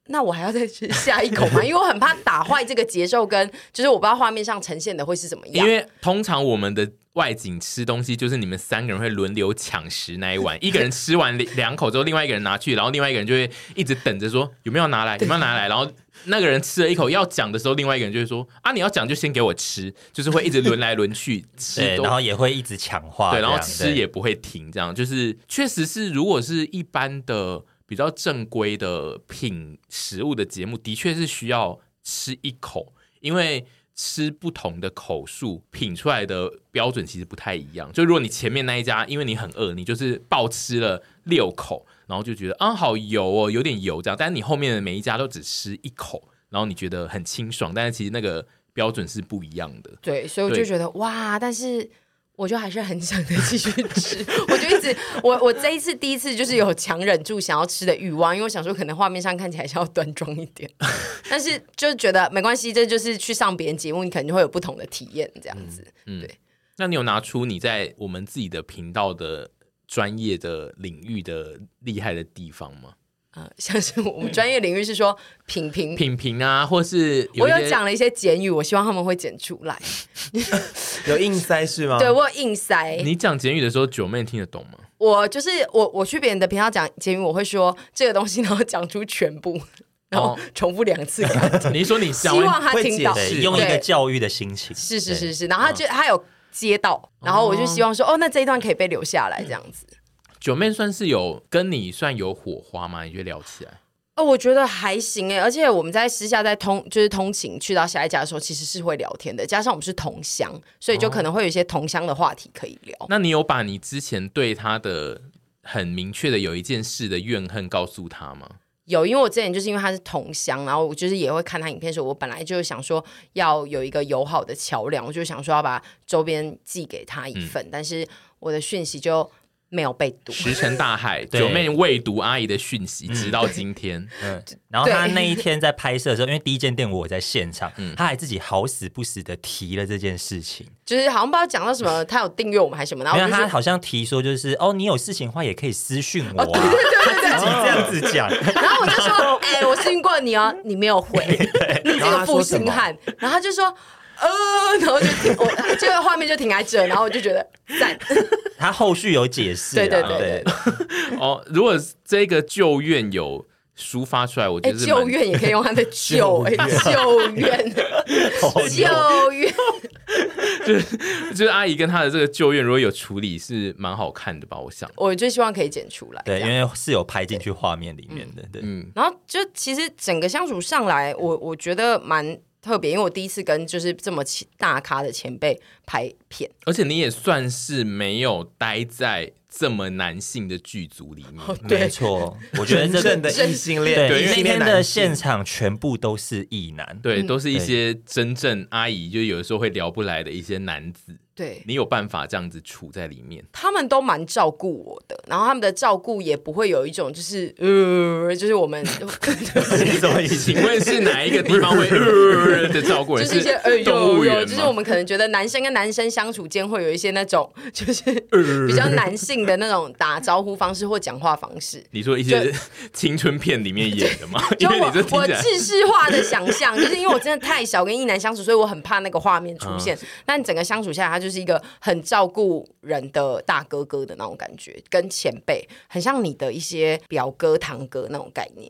那我还要再吃 下一口吗？因为我很怕打坏这个节奏，跟就是我不知道画面上呈现的会是怎么样。因为通常我们的外景吃东西，就是你们三个人会轮流抢食那一 碗，一个人吃完两两口之后，另外一个人拿去，然后另外一个人就会一直等着说有没有拿来，有没有拿来，然后。那个人吃了一口要讲的时候，另外一个人就会说：“啊，你要讲就先给我吃。”就是会一直轮来轮去吃对，东西，然后也会一直强化这对，样，然后吃也不会停，这样就是确实是，如果是一般的比较正规的品食物的节目，的确是需要吃一口，因为吃不同的口数品出来的标准其实不太一样。就如果你前面那一家，因为你很饿，你就是暴吃了六口，然后就觉得啊好油哦，有点油这样，但是你后面的每一家都只吃一口，然后你觉得很清爽，但是其实那个标准是不一样的。对，所以我对就觉得哇，但是我就还是很想再继续吃，我就一直我我这一次第一次就是有强忍住想要吃的欲望，因为我想说可能画面上看起来是要端庄一点，但是就是觉得没关系，这就是去上别人节目，你可能就会有不同的体验这嗯样子。那你有拿出你在我们自己的频道的专业的领域的厉害的地方吗？呃，像是我们专业领域是说品评。品评啊，或是有我一些有讲了一些简语，我希望他们会剪出来。有硬塞是吗？对我有硬塞，啊你讲简语的时候，九妹听得懂吗？ 我就是我，我去别人的频道讲简语，我会说这个东西，然后讲出全部，然后哦重复两次给他听。你是说你希讲望完，他听到，会解对释用一个对教育的心情，是是对是是，然后他就他有接到，然后我就希望说，哦，嗯那这一段可以被留下来这样子。九妹算是有跟你算有火花吗？你觉得聊起来，哦，我觉得还行哎，而且我们在私下在通就是通勤去到下一家的时候，其实是会聊天的，加上我们是同乡，所以就可能会有一些同乡的话题可以聊。那你有把你之前对他的很明确的有一件事的怨恨告诉他吗？有，因为我之前就是因为他是同乡，然后我就是也会看他影片的时候，我本来就想说要有一个友好的桥梁，我就想说要把周边寄给他嗯一份，但是我的讯息就没有被读。石沉大海，对九妹未读阿姨的讯息，直到今天。嗯，然后他对那一天在拍摄的时候，因为第一间店我在现场，嗯他还自己好死不死的提了这件事情。就是好像不知道讲到什 么，他有订阅我们还是哦什么，然后没我有，就他说好像提说就是哦，你有事情的话也可以私讯我、啊，他自己这样子讲。然后我就 说，哎、我私信过你哦，你没有回，你这个负心汉。然后他就说，呃，然后就停，我这个画面就停在这，然后我就觉得 赞，他后续有解释对啊，对对对对，对，哦，如果这个旧怨有抒发出来，我哎，觉得是蛮救院也可以用 他的救，哎，救院，救院，就是阿姨跟她的这个旧怨，如果有处理是蛮好看的吧？我想，我就希望可以剪出来，这对，因样。为是有拍进去画面里面的，对，嗯，然后就其实整个相处上来，我我觉得蛮特别，因为我第一次跟就是这么前大咖的前辈拍片，而且你也算是没有待在这么男性的剧组里哦面，没错，我觉得真这正个的异性恋，对，异那性恋天男的性现场全部都是异男，嗯对，都是一些真正阿姨，就有的时候会聊不来的一些男子，对，你有办法这样子处在里面？他们都蛮照顾我的，然后他们的照顾也不会有一种就是呃，就是我 们是什么意思请？问是哪一个地方会呃的照顾就人？是一些呃动有物有，园就是我吗？们可能觉得男生跟男生相处间会有一些那种就是呃比较男性的那种打招呼方式或讲话方式。你说一些青春片里面演的吗？ 就因为我你这听我起来，制式化的想象，就是因为我真的太少跟一男相处，所以我很怕那个画面出 现。啊但整个相处下来，他就是一个很照顾人的大哥哥的那种感觉，跟前辈很像你的一些表哥堂哥那种概念。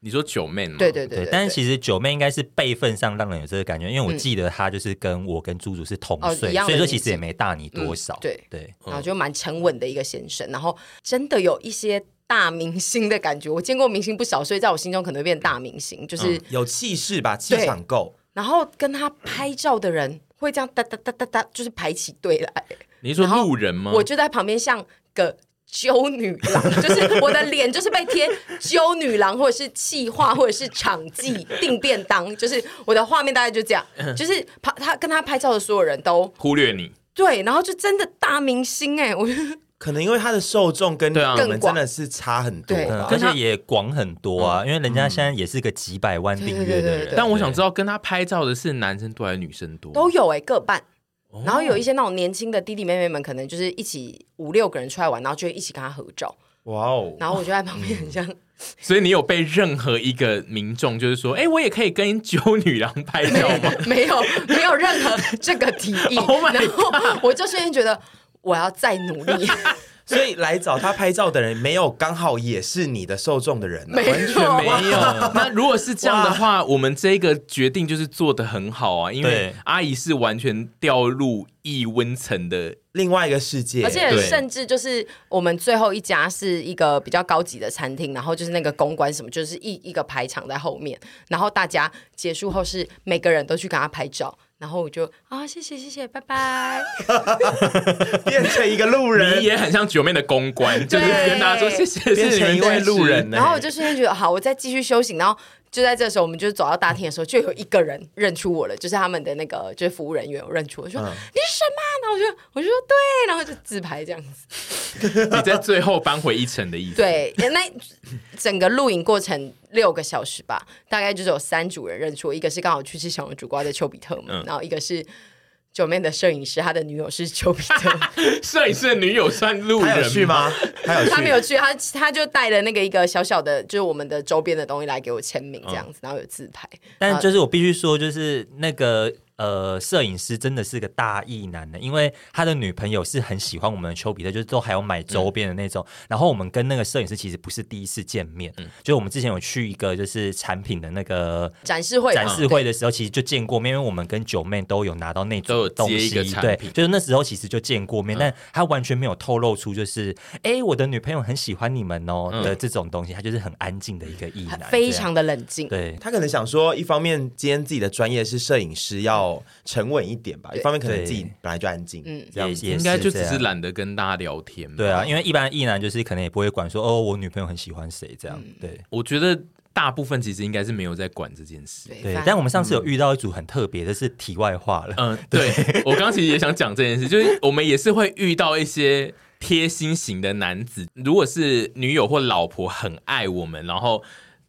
你说九妹吗？对对对对对，，但是实其实九妹应该是辈分上让人有这个感觉，因为我记得她就是跟我跟猪猪是同哦岁，一样的所以说年纪其实也没大你多少。嗯对对，然后就蛮沉稳的一个先生，然后真的有一些大明星的感觉。我见过明星不少，所以在我心中可能会变大明星，嗯就是、有气势吧，气场够。然后跟他拍照的人会这样哒哒哒哒哒，就是排起队来。你是说然后路人嗯吗？我就在旁边像个揪女郎，就是我的脸就是被贴揪女郎，或者是气化，或者是场记订便当，就是我的画面大概就这样，嗯就是他他跟他拍照的所有人都忽略你。对，然后就真的大明星哎、我就可能因为他的受众跟对啊我们更广真的是差很多对吧，而且也广很多啊，因为人家现在也是个几百万订阅的对对对对人对。但我想知道，跟他拍照的是男生多还是女生多？都有哎、各半。哦然后有一些那种年轻的弟弟妹妹们，可能就是一起五六个人出来玩，然后就会一起跟他合照。哇哦，然后我就在旁边很 像，所以你有被任何一个民众就是说，哎、我也可以跟九女郎拍照吗？ 没有没有任何这个提议 Oh my 然后我就瞬间觉得我要再努 力，所以来找他拍照的人，没有刚好也是你的受众的人、啊，没完全没有。 有。那如果是这样的话，我们这个决定就是做的很好啊，因为对阿姨是完全掉入易温层的。另外一个世界。而且对甚至就是我们最后一家是一个比较高级的餐厅，然后就是那个公关什么，就是一一个排场在后面，然后大家结束后是每个人都去给他拍照，然后我就啊谢谢谢谢拜拜，变成一个路你人，也很像九妹的公关，就是对跟大家说谢谢，谢变谢你成们一位支持路人、。欸呢。然后我就瞬间觉得好，我再继续修行，然后。就在这时候，我们就是走到大厅的时候，就有一个人认出我了，就是他们的那个就是服务人员有认嗯出我，说、你是什么？然后我就我就说对，然后就自拍这样子。 你在最后搬回一层的意思。对，那整个录影过程六个小时吧，大概就是有三组人认出我，一个是刚好去吃小龙煮瓜的丘比特嘛，嗯然后一个是九妹的摄影师，他的女友是丘比特， 摄影师的女友算路他人有去吗？他有去？他没有去，他他就带了那个一个小小的，就是我们的周边的东西来给我签名这样嗯子，然后有自拍，呃但就是我必须说，就是那个呃，摄影师真的是个大意男欸的，因为他的女朋友是很喜欢我们的丘比特，就是都还有买嗯周边的那种。然后我们跟那个摄影师其实不是第一次见面，嗯就是我们之前有去一个就是产品的那个。展示会嘛展示会的时候，其实就见过面，因为我们跟九妹都有拿到那都有种接东一西个，产对品，嗯就是那时候其实就见过面，但他完全没有透露出就是，哎、我的女朋友很喜欢你们哦、嗯的这种东西，他就是很安静的一个意男，非常的冷静。这样对，他可能想说，一方面今天自己的专业是摄影师，要沉稳一点吧；一方面可能自己本来就安静，嗯这样子也应该就这只是样懒得跟大家聊天。对啊，，因为一般意男就是可能也不会管说哦，我女朋友很喜欢谁这样，嗯对我觉得大部分其实应该是没有在管这件事。对对反。但我们上次有遇到一组很特别的，是题外话了，嗯、对我刚刚其实也想讲这件事，就是我们也是会遇到一些贴心型的男子，如果是女友或老婆很爱我们，然后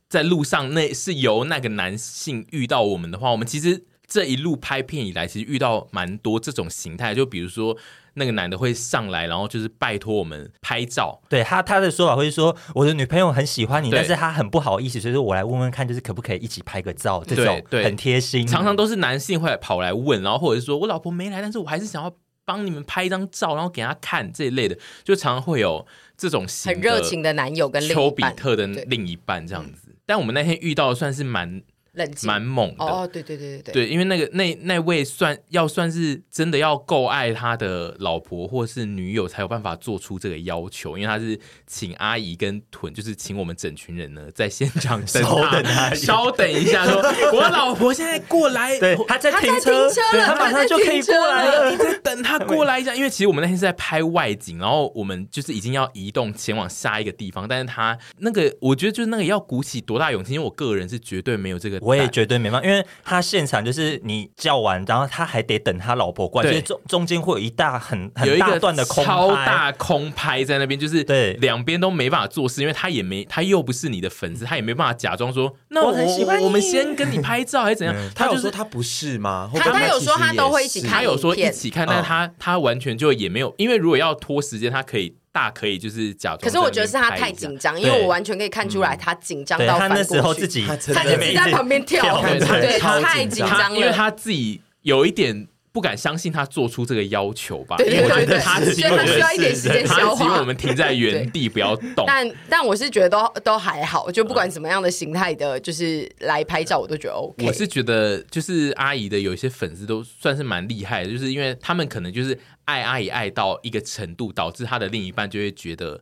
在路上那是由那个男性遇到我们的话，我们其实这一路拍片以来，其实遇到蛮多这种形态，就比如说。那个男的会上来，然后就是拜托我们拍照， 对他他的说法会是说我的女朋友很喜欢你，对但是她很不好意思，所以说我来问问看，就是可不可以一起拍个照，这种对很贴心，常常都是男性会跑来问，然后或者是说我老婆没来，但是我还是想要帮你们拍一张照，然后给她看这一类的，就常常会有这种型很的热情的男友跟另丘一比半特的对另一半这样子。但我们那天遇到的算是蛮冷静蛮猛的，哦，对对对对对，对，因为那个那那位算要算是真的要够爱他的老婆或是女友才有办法做出这个要求，因为他是请阿姨跟屯，就是请我们整群人呢在现场等 稍等他，阿姨 稍等一下说，我老婆现在过来，对，他在他在停停车对了他他马在上就可停以车过来了了。你再等他过来一下，因为其实我们那天是在拍外景，然后我们就是已经要移动前往下一个地方，但是他那个，我觉得就是那个要鼓起多大勇气，因为我个人是绝对没有这个胆，我也绝对没办法，因为他现场就是你叫完，然后他还得等他老婆过来，对所以中中间会有一大很有很一大个段的空超拍大空拍在那边，就是对两边都没办法做事，因为他也没他又不是你的粉丝，他也没办法假装说那我嗯我很喜欢你嗯我们先跟你拍照还是怎样，他就有是说他不是吗？他他有说他都会一起看他有说影片一起看，嗯但是他、他完全就也没有，因为如果要拖时间，他可以大可以就是假装。可是我觉得是他太紧。张，因为对我完全可以看出嗯来他紧张对到他翻那过时候去自己他真的他一直在旁边跳，跳对哦对，超太紧紧张他张因为了。他自己有一点不敢相信他做出这个要求吧， 对因为对我觉对得对，他所以请我他需要们，一点时间他消请我化。们停在原地不要动。但但我是觉得都都还好，就不管什么样的形态的，就是来拍照，我都觉得 OK。嗯我是觉得，就是阿姨的有一些粉丝都算是蛮厉害的，就是因为他们可能就是爱阿姨爱到一个程度，导致他的另一半就会觉得，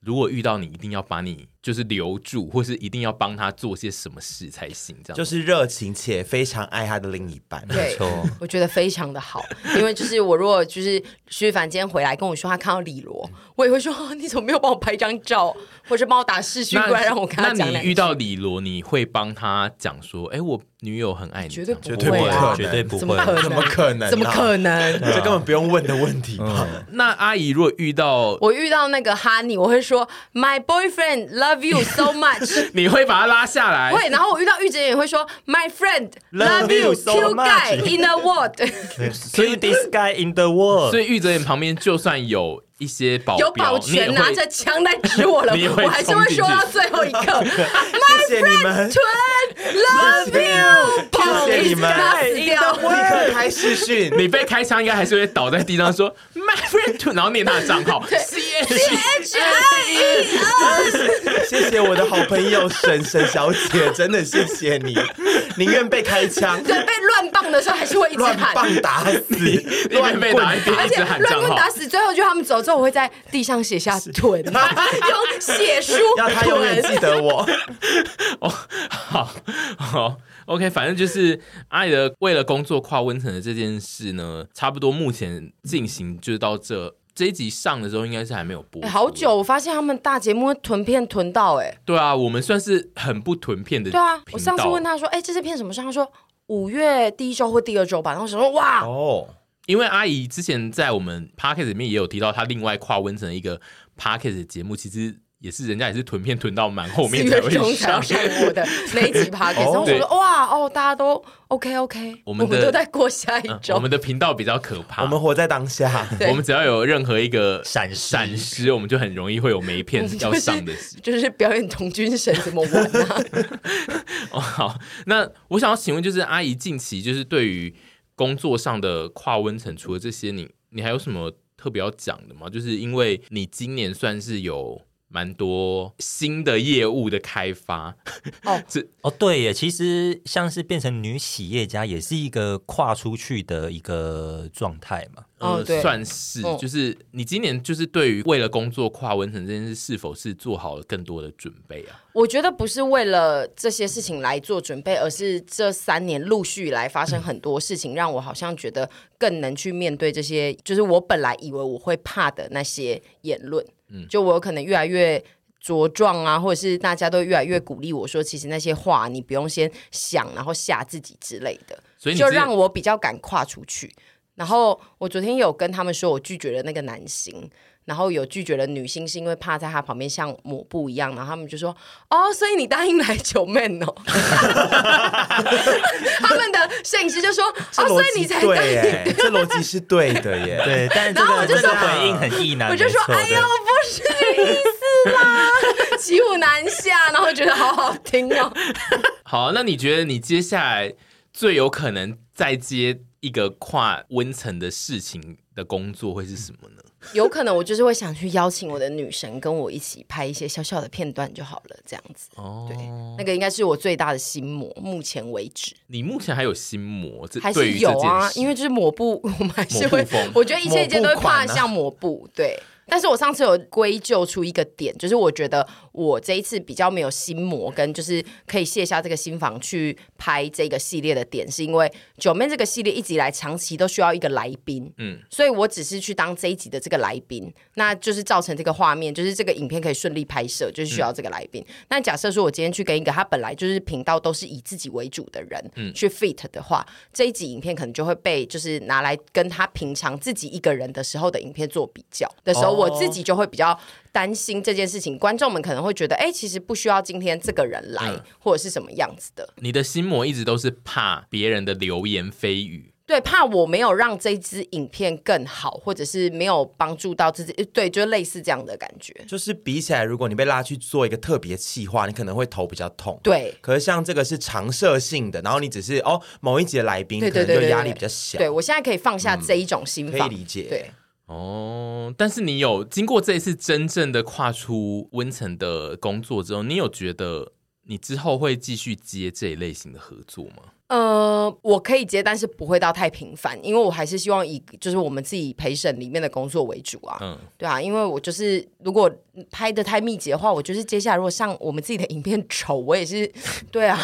如果遇到你，一定要把你就是留住，或是一定要帮他做些什么事才行，这样就是热情且非常爱他的另一半。对错，我觉得非常的好，因为就是我如果就是徐凡今天回来跟我说他看到李罗，我也会说、哦你怎么没有帮我拍张照，或是帮我打视讯那过来让我跟他讲那两你句遇到李罗，你会帮他讲说，哎、我女友很爱你，绝对这样不对会啊绝，绝对不怎么。会可能？怎么可能啊怎么可能？ 这根本不用问的问题吧？那阿姨如果遇到，我遇到那个哈尼，我会说 My boyfriend love you so much。你会把他拉下来，会，然后我遇到玉姐也会说 My friend love Love you you cute so guy much in the world。所以 this guy in the world，所以玉泽演旁边就算有一些保有镖保你也全会拿着枪在指我了，你也会我还是会冲进去说到最后一刻。My 谢谢你们 friend love you，跑谢谢你们死掉。立刻开视讯， 你被开枪应该还是会倒在地上说 my friend to，然后念他的 账号 C H。 H I E 谢谢我的好朋友沈沈小 姐，真的谢谢你，宁愿被开枪。 对被乱棒的时候还是会一直乱喊。棒打 死，一边乱被打一棍，边 而一且直喊乱账棍号，打死，最后就他们走之后，我会在地上写下“臀”， 用血 书要他永远记臀。得我。哦， 好，好，OK，反正就是阿里的为了工作跨温层的这件事呢，差不多目前进行就到这。这一集上的时候应该是还没有播、哎好久，。我发现他们大节目会囤片囤到哎、对啊，我们算是很不囤片的。对啊，我上次问，他说，哎、这是片什么时候？他说五月第一周或第二周吧。然后我想说，哇，哦，因为阿姨之前在我们 p o c a s t 里面也有提到，她另外跨温层的一个 p o c a s t 节目，其实也是人家也是囤片囤到蛮后四面才月 会中才要上。上我的那一 集 p o d c a s 然后我想说，哇，哦，大家都 OK OK，我我们的嗯都在过下一周。我们的频道比较可怕，我们活在当下。对我们只要有任何一个闪失闪失，我们就很容易会有没片要上的事。就是表演童军神怎么玩啊？哦，好，那我想要请问，就是阿姨近期就是对于工作上的跨温层，除了这些，你你还有什么特别要讲的吗？就是因为你今年算是有蛮多新的业务的开发，哦，对耶，其实像是变成女企业家，也是一个跨出去的一个状态嘛。哦呃对算是哦就是你今年就是对于为了工作跨温层这件事，是否是做好了更多的准备啊？我觉得不是为了这些事情来做准备，而是这三年陆续以来发生很多事情，让我好像觉得更能去面对这些，就是我本来以为我会怕的那些言论。嗯，就我有可能越来越。茁壮啊，或者是大家都越来越鼓励我说，其实那些话你不用先想，然后吓自己之类的。所以你就是让我比较敢跨出去。然后我昨天有跟他们说，我拒绝了那个男星，然后有拒绝了女星，是因为怕在他旁边像抹布一样。然后他们就说：“哦，所以你答应来九妹哦。” 他们的摄影师就说：“这哦，所逻以你辑才对答应。”耶， 这逻辑是对的耶。对，但是这然后个我就这个说回应很意难，我就说：“没错哎呦，不是这个意思 啦，骑虎难下。”然后觉得好好听哦。好，那你觉得你接下来最有可能再接一个跨温层的事情的工作会是什么呢？有可能我就是会想去邀请我的女神跟我一起拍一些小小的片段就好了，这样子。哦对，那个应该是我最大的心魔，目前为止你目前还有心魔，这还对是于这有件啊，事因为就是抹布， 我们还是抹会布风，我觉得一切一切都会抹布款跨啊向抹布，对。但是我上次有归咎出一个点，就是我觉得我这一次比较没有心魔，跟就是可以卸下这个心防去拍这个系列的点，是因为九妹这个系列一直以来长期都需要一个来宾，嗯，所以我只是去当这一集的这个来宾，那就是造成这个画面，就是这个影片可以顺利拍摄，就是需要这个来宾。那假设说我今天去跟一个他本来就是频道都是以自己为主的人，去 fit 的话，这一集影片可能就会被就是拿来跟他平常自己一个人的时候的影片做比较的时候，我自己就会比较担心这件事情。观众们可能会觉得，哎、其实不需要今天这个人来，或者是什么样子的。你的心魔一直都是怕别人的流言蜚语。对，怕我没有让这支影片更好，或者是没有帮助到自己，呃对，就类似这样的感觉。就是比起来，如果你被拉去做一个特别企划，你可能会头比较痛。。对，可是像这个是常设性的，然后你只是哦某一节来宾，对可对能对就对，压对力比较小，对我现在可以放下这一种心嗯可法，以理解。对，哦，但是你有经过这一次真正的跨出温层的工作之后，你有觉得你之后会继续接这一类型的合作吗？呃，我可以接，但是不会到太频繁，因为我还是希望以就是我们自己陪审里面的工作为主啊，嗯，对啊，因为我就是如果拍的太密集的话，我就是接下来如果上我们自己的影片丑，我也是对 啊，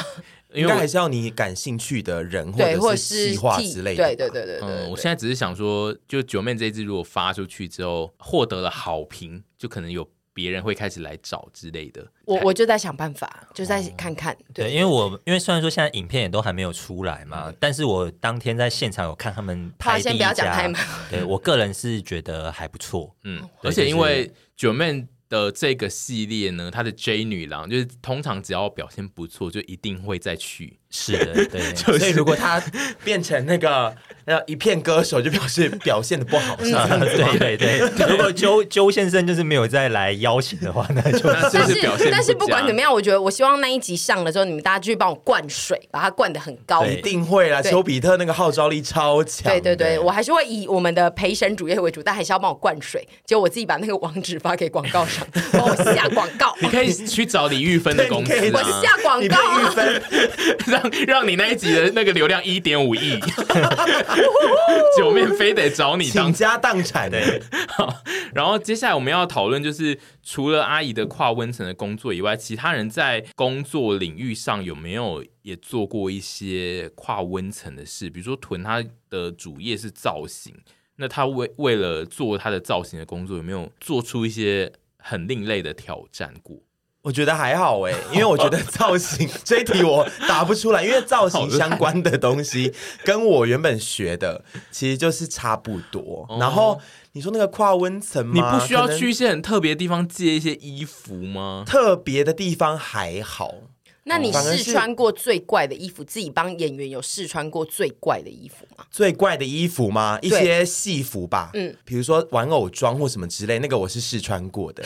因应为该我还是要你感兴趣的人，对，或者是是企划替之类的吧。对对对对对嗯，我对现在只是想说，就九妹这一支如果发出去之后获得了好评，就可能有别人会开始来找之类的。我我就在想办法，就在哦看看，对，因为我因为虽然说现在影片也都还没有出来嘛，但是我当天在现场有看他们好拍先第一不要讲家太满对我个人是觉得还不错，哦嗯，对而就且因是为九妹的这个系列呢，她的 J 女郎就是通常只要表现不错，就一定会再去。 是的，对，所以如果他变成那个那一片歌手就表示表现的不嗯好，是 这样子吗对对对，如果周周先生就是没有再来邀请的话，那就那就但是表现佳。但是不管怎么样，我觉得我希望那一集上了之后，你们大家继续帮我灌水，把它灌的很高。一定会啦。对丘比特那个号召力超强，对对对，我还是会以我们的陪审主业为主，但还是要帮我灌水。结果我自己把那个网址发给广告商，帮我下广告， 你可以去找李 玉芬的公司、对你可我以啊，下广你被告啊、玉芬让让你那一集的那个流量一点 五亿，九面非得找你当倾家荡产的，然后接下来我们要讨论，就是除了阿姨的跨温层的工作以外，其他人在工作领域上有没有也做过一些跨温层的事？比如说屯他的主业是造型，那他为为了做他的造型的工作，有没有做出一些很另类的挑战过？我觉得还好 哎、因为我觉得造 型这一题我答不出来，因为造型相关的东西跟我原本学的其实就是差不多。然后你说那个跨温层你吗？不需要可能去一些很特别的地方借一些衣服吗？特别的地方还好，那你反而试是穿过最怪的衣服？自己帮演员有试穿过最怪的衣服吗？最怪的衣服吗？一些戏服吧，嗯嗯，比如说玩偶装或什么之类，那个我是试穿过的，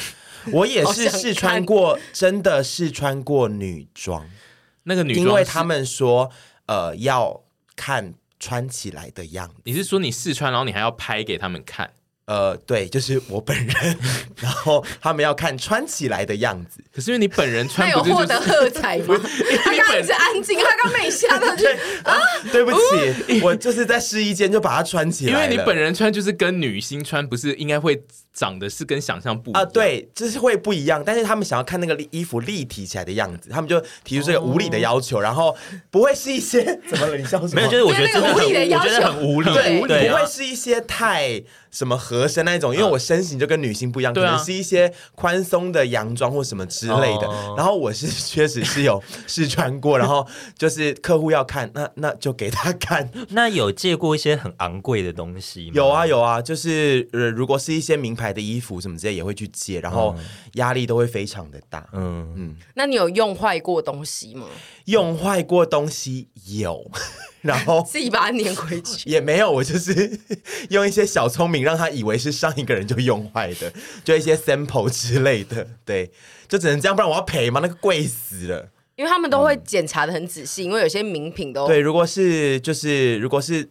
我也好想是看试穿过，真的试穿过女装， 那个女装是，因为他们说呃要看穿起来的样子，你是说你试穿，然后你还要拍给他们看？呃，对，就是我本人，然后他们要看穿起来的样子，可是因为你本人他穿有不是获就是得喝彩吗？他刚刚一直安静，他刚没吓到，就是啊，对不起，我就是在试衣间就把它穿起因来为了，你本人穿就是跟女星穿，不是应该会长得是跟想象不一样啊，，对，就是会不一样，但是他们想要看那个立衣服立体起来的样子，他们就提出这个无理的要求，然后不会是一些 怎么了？你笑什么？ 没有，就是我觉得因为那真个的很，无理的要求我觉得很无理，对无理对不啊会是一些太什么合身那一种，因为我身形就跟女性不一样，可对啊能是一些宽松的洋装或什么之类的。哦然后我是确实是有试穿过，然后就是客户要看，那那就给他看。啊那有借过一些很昂贵的东西吗？有啊，有啊，就是呃，如果是一些名牌的衣服什么之类，也会去借，然后压力都会非常的大。嗯，那你有用坏过东西吗？用坏过东西有， 然后自己把它粘回去。也没有，我就是 用一些小聪明让他以为是上一个人就用坏的， 就一些 sample 之类的，对，就只能这样，不然我要赔吗？那个贵死了。因为他们都嗯会检查的很仔细，因为有些名品都，对，如果是就是如果是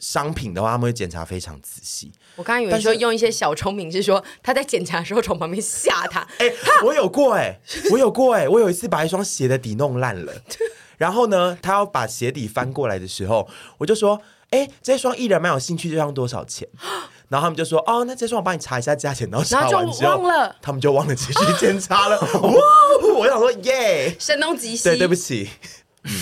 商品的话，他们会检查非常仔细。我刚刚以为但是说用一些小聪明，是说他在检查的时候从旁边吓他，哎、我有过哎、我有过哎、我有一次把一双鞋的底弄烂 了，然后呢，他要把鞋底翻过来的时候，我就说，哎、这双艺人蛮有兴趣，这双多 少钱？然后他们就说，哦，那这双我帮你查一下价钱，然后查完之然后后就忘了他们就忘了继续检 查了。哇，我想说耶，声东击西。对，对不起。嗯，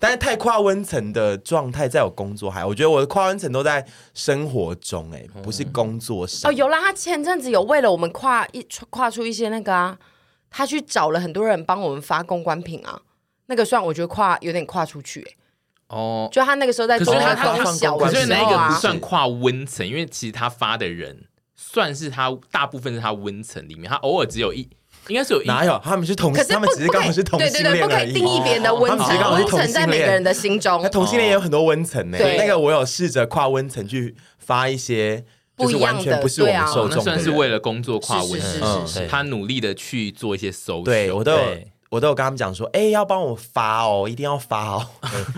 但是太跨温层的状态，在我工作还，我觉得我的跨温层都在生活中、哎，不是工作上。哦，有啦，他前阵子有为了我们跨一跨出一些那个啊，他去找了很多人帮我们发公关品啊，那个算我觉得跨有点跨出去、欸，哦。就他那个时候在可是做他那个他小关可的系是时那候个不啊，算跨温层，因为其实他发的人算是他大部分是他温层里面，他偶尔只有一，应该是有一哪有？他们是同，可是他们不只是刚好是同对性对恋而已。对，不哦可以定义别人的温他们只是层，刚好温是同层性在每个恋人的心中那。同性恋也有很多温层呢、对那个我有试着跨温层去发一些，不就一是样的完全不是我对们啊受那众的算人。是为了工作跨是温是层，是是是他努力的去做一些搜索。对我都有对，我都有跟他们讲说，哎、要帮我发哦，一定要发 哦。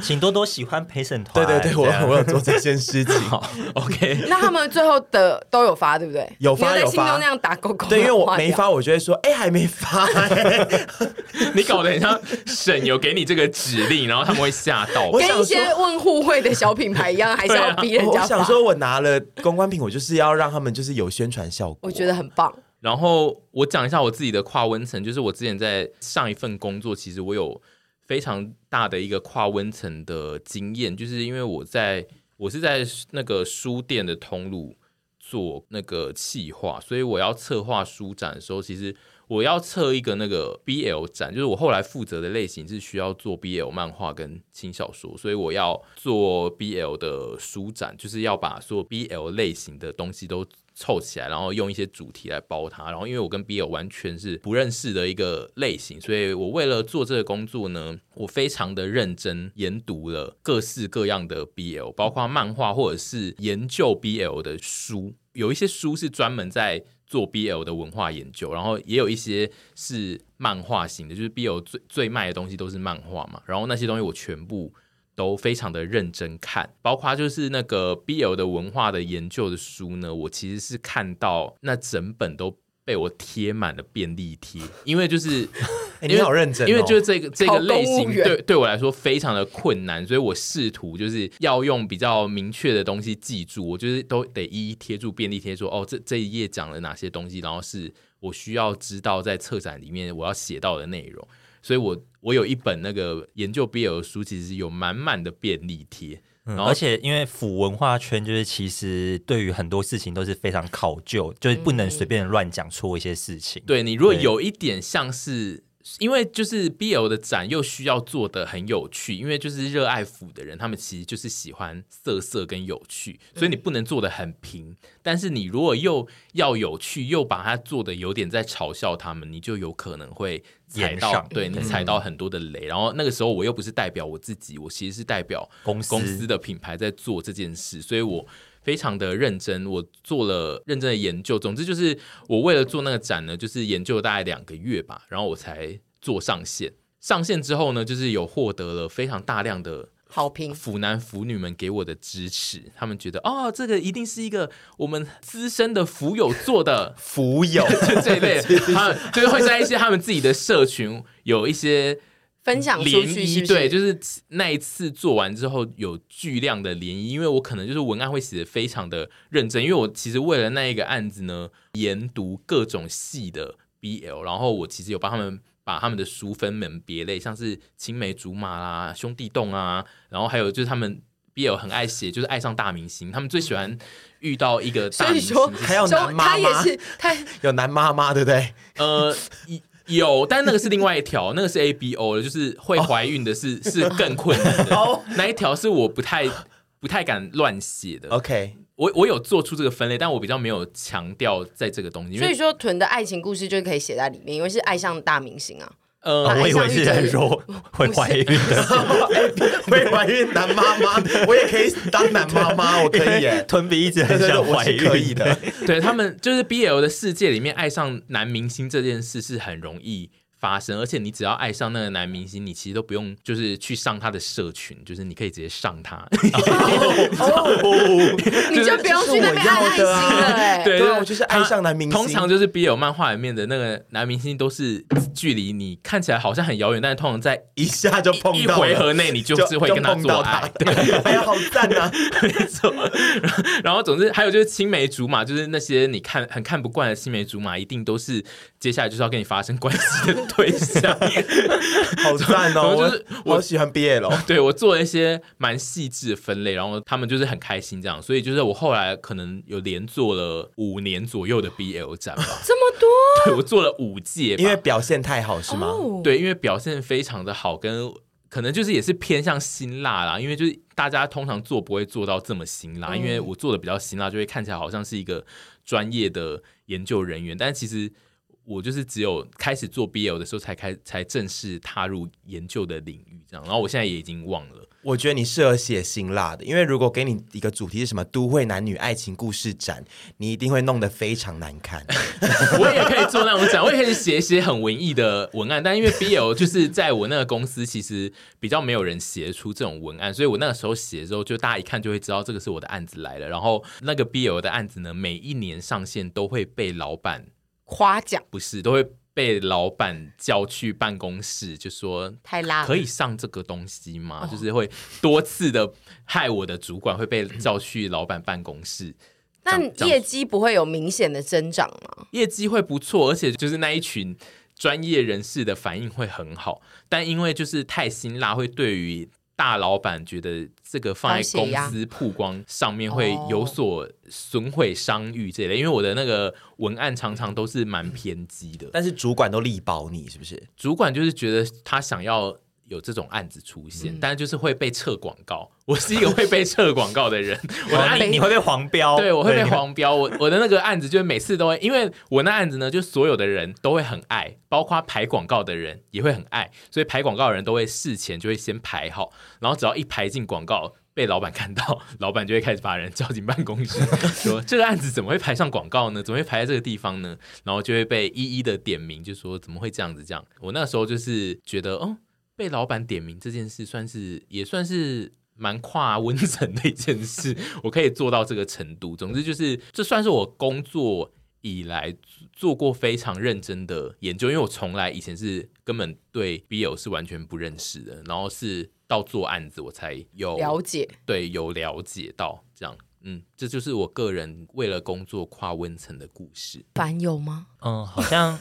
请多多喜欢陪审团。对对对，我这样我有做这件事情。 好 OK，那他们最后的都有发，对不对？有发你在有心中发那样打勾勾。对，因为我然后没划掉发，我就会说，哎、还没发、 你搞得很像沈有给你这个指令，然后他们会吓到。我跟一想些说。问互惠的小品牌一样，还是要逼人我家想发。说，我拿了公关品，我就是要让他们就是有宣传效果。我觉得很棒，然后我讲一下我自己的跨温层，就是我之前在上一份工作，其实我有非常大的一个跨温层的经验，就是因为我在我是在那个书店的通路做那个企划，所以我要策划书展的时候，其实我要策一个那个 BL 展，就是我后来负责的类型是需要做 BL 漫画跟轻小说，所以我要做 BL 的书展，就是要把所有 BL 类型的东西都凑起来，然后用一些主题来包它。然后因为我跟 BL 完全是不认识的一个类型，所以我为了做这个工作呢，我非常的认真研读了各式各样的 BL，包括漫画或者是研究 BL 的书。有一些书是专门在做 BL 的文化研究，然后也有一些是漫画型的，就是 BL 最最卖的东西都是漫画嘛。然后那些东西我全部都非常的认真看，包括就是那个 BL 的文化的研究的书呢，我其实是看到那整本都被我贴满了便利贴，因为就是 哎因为你好认真哦，因为就是这个这个类考公务型员对对我来说非常的困难，所以我试图就是要用比较明确的东西记住，我就是都得一一贴住便利贴说，哦，这这一页讲了哪些东西，然后是我需要知道在策展里面我要写到的内容，所以我我有一本那个研究 BL 的书，其实有满满的便利贴，嗯然后而且因为腐文化圈就是其实对于很多事情都是非常考究，就是不能随便乱讲错一些事情。对你如果对有一点像是。因为就是 BL 的展又需要做的很有趣，因为就是热爱腐的人，他们其实就是喜欢色色跟有趣，所以你不能做的很平。但是你如果又要有趣，又把它做的有点在嘲笑他们，你就有可能会踩延到上，嗯对你踩到很多的雷。然后那个时候我又不是代表我自己，我其实是代表公司公司的品牌在做这件事，所以我非常的认真，我做了认真的研究。总之就是我为了做那个展呢，就是研究了大概两个月吧，然后我才做上线。上线之后呢，就是有获得了非常大量的好评腐男腐女们给我的支持，他们觉得哦，这个一定是一个我们资深的腐友做的 浮友就这一类，他们 就是会在一些他们自己的社群有一些分享出涟去是漪，不是？对，就是那一次做完之后有巨量的涟漪，因为我可能就是文案会写的非常的认真，因为我其实为了那一个案子呢，研读各种系的 BL，然后我其实有帮他们把他们的书分门别类，像是青梅竹马啦、兄弟洞啊，然后还有就是他们 BL 很爱写，就是爱上大明星，他们最喜欢遇到一个大所以明星说就是还要周男妈他也妈，是他有男妈妈，对不对？呃，一有，但那个是另外一条，那个是 A B O 的，就是会怀孕的是、是更困难的。哦那一条是我不太不太敢乱写的。 OK，我我有做出这个分类，但我比较没有强调在这个东西，因所以为说屯的爱情故事就可以写在里面，因为是爱上大明星啊。呃，哦我以为爱上是一个在人说会怀孕 的， 会怀孕男妈 妈，我也可以当男妈妈，我可以 耶。屯比一直对很对对，想我怀是孕，哦可以的。对他们就是 B L 的世界里面爱上男明星这件事是很容易发生，而且你只要爱上那个男明星，你其实都不用就是去上他的社群，就是你可以直接上他。你就不用去那边按爱心了、欸，对对啊我就是爱上男明星通常就是 BL 漫画里面的那个男明星都是距离你看起来好像很遥远，但是通常在 一下就碰一一到了回合内，你就是会跟他碰做到爱。 他了 哎呀，好赞啊！没错。然后，总之还有就是青梅竹马，就是那些你看很看不惯的青梅竹马，一定都是接下来就是要跟你发生关系的对 象。好赞哦！我我 就是我好喜欢 BL，哦对我做了一些蛮细致的分类，然后他们就是很开心这样，所以就是我后来可能有连做了五年左右的 BL 展吧，这么多对我做了五届吧，因为表现太好是吗？哦，对，因为表现非常的好，跟可能就是也是偏向辛辣啦，因为就是大家通常做不会做到这么辛辣，因为我做的比较辛辣，就会看起来好像是一个专业的研究人员，但其实我就是只有开始做 BL 的时候才开才正式踏入研究的领域这样，然后我现在也已经忘了，我觉得你适合写辛辣的，因为如果给你一个主题是什么都会男女爱情故事展，你一定会弄得非常难 看。我也可以做那种展，我也可以写一些很文艺的文案，但因为 BL 就是在我那个公司其实比较没有人写出这种文案，所以我那个时候写的时候，就大家一看就会知道这个是我的案子来了。然后那个 BL 的案子呢，每一年上线都会被老板夸奖不是都会被老板叫去办公室，就说太拉了哦可以上这个东西吗？就是会多次的害我的主管会被叫去老板办公室。那这样业绩不会有明显的增长吗？业绩会不错，而且就是那一群专业人士的反应会很好，但因为就是太辛辣，会对于大老板觉得这个放在高血公压司曝光上面会有所损毁商誉这一类。因为我的那个文案常常都是蛮偏激的，但但 是主管都力保你，是不是？主管就是觉得他想要。有这种案子出现，但是就是会被撤广告。我是一个会被撤广告的人，我的案你你会被黄标，对，我会被你黄标。我我的那个案子就是每次都会，因为我那案子呢，就所有的人都会很爱，包括排广告的人也会很爱，所以排广告的人都会事前就会先排好，然后只要一排进广告。被老板看到，老板就会开始把人叫进办公室，说这个案子怎么会排上广告呢？怎么会排在这个地方呢？然后就会被一一的点名，就说怎么会这样子这样？我那时候就是觉得，哦，被老板点名这件事，算是也算是蛮跨温层的一件事，我可以做到这个程度。总之就是，这算是我工作以来做过非常认真的研究，因为我从来以前是根本对 BL 是完全不认识的，然后是到做案子我才有了解。对有了解到这样。嗯，这就是我个人为了工作跨温层的故事。凡有吗？嗯，好像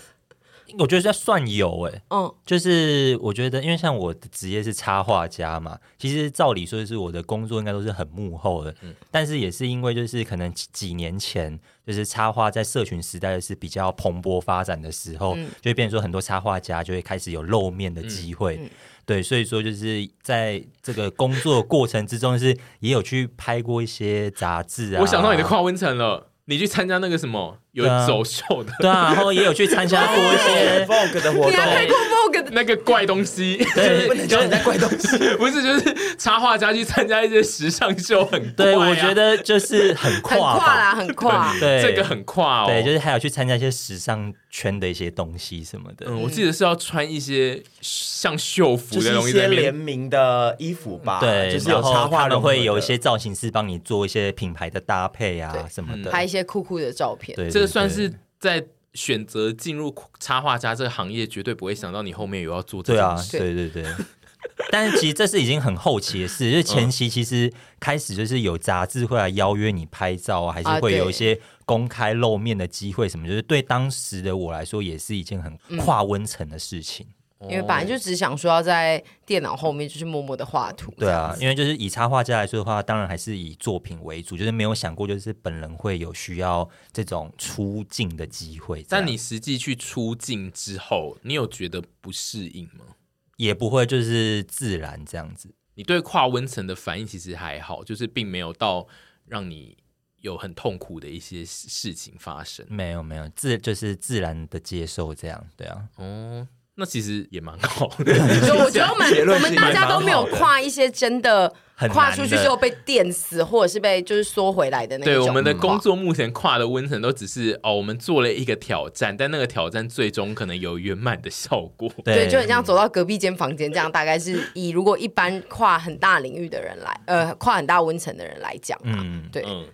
我觉得在算有哎、嗯，就是我觉得，因为像我的职业是插画家嘛，其实照理说是我的工作应该都是很幕后的，嗯但是也是因为就是可能几几年前，就是插画在社群时代是比较蓬勃发展的时候，嗯就会变成说很多插画家就会开始有露面的机嗯会。对，所以说就是在这个工作过程之中，是也有去拍过一些杂志啊。我想到你的跨温层了，你去参加那个什么有对啊走秀的、 对啊，然后也有去参加过一些 Vogue 的活你还拍动，过 Vogue 的？那个怪东西， 对不能叫人家怪东西。不是，就是插画家去参加一些时尚秀很怪啊、 对，我觉得就是很很跨跨吧，啦，很跨。对，这个很跨哦。对，就是还有去参加一些时尚圈的一些东西什么的。嗯，我记得是要穿一些像秀服就的是东一西在些那联边。名的衣服吧，对，就是有插然后画他融合们的，会有一些造型师帮你做一些品牌的搭配啊对什么的。嗯拍一些酷酷的照片，对，这对个算对是在选择进入插画家这个行业，绝对不会想到你后面有要做这对件啊，事。对对对。 但是其实这是已经很后期的事，就是嗯前期其实开始就是有杂志会来邀约你拍照啊，还啊是会有一些公开露面的机会什么，就是对当时的我来说也是一件很嗯跨温层的事情。因为本来就只想说要在电脑后面就是默默的画图，对啊，因为就是以插画家来说的话，当然还是以作品为主，就是没有想过就是本人会有需要这种出镜的机会这但样。你实际去出镜之后，你有觉得不适应吗？也不会就是自然这样子。你对跨温层的反应其实还好，就是并没有到让你有很痛苦的一些事事情发生。没有没有，自就是自然的接受这样，对啊，哦，那其实也蛮好的。 所以我觉得我们结论我们是大家蛮好都没有的跨一些真的很跨难出去的之后被电死，或者是被就是缩回来的那对，种我们的跨工作目前跨的温层都只是哦，我们做了一个挑战，但那个挑战最终可能有圆满的效果。对，就很像走到隔壁间房间这样，大概是以如果一般跨很大领域的人来，呃，跨很大温层的人来讲吧，嗯，对，嗯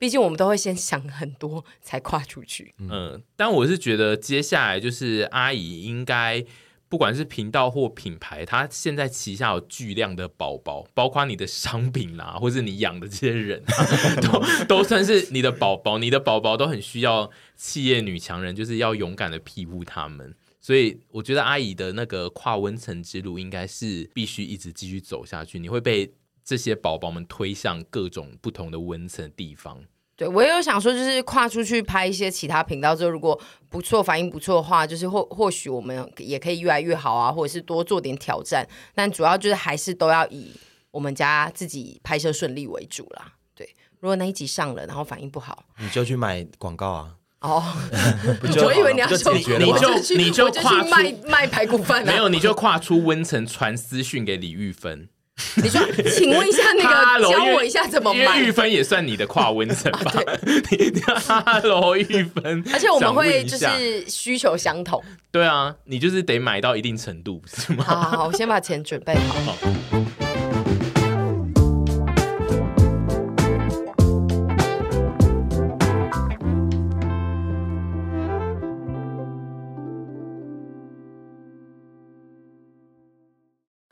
毕竟我们都会先想很多才跨出去，嗯，但我是觉得接下来就是阿姨应该。不管是频道或品牌，它现在旗下有巨量的宝宝， 包括你的商品啦、或是你养的这些人、啊，都都算是你的宝宝。你的宝宝都很需要企业女强人，就是要勇敢的庇护他们。所以我觉得阿姨的那个跨温层之路，应该是必须一直继续走下去。你会被这些宝宝们推向各种不同的温层地方。对我也有想说，就是跨出去拍一些其他频道之后，如果不错反应不错的话，就是或或许我们也可以越来越好啊，或者是多做点挑战，但主要就是还是都要以我们家自己拍摄顺利为主啦，对。如果那一集上了，然后反应不好，你就去买广告啊，哦， 不就我以为你要就说解决了你吗我？就去你就我就去跨出卖卖排骨 饭、啊，没 有，你就跨出温层传私讯给李玉芬，你说，请问一下 那 Hello，个，教因为我一下怎么因为玉买？芬也算你的跨温 层吧？你 你 Hello 玉芬，而且我们想问会一就下是需求相同。对啊，你就是得买到一定程度是吗？好好好，我先把钱准备好。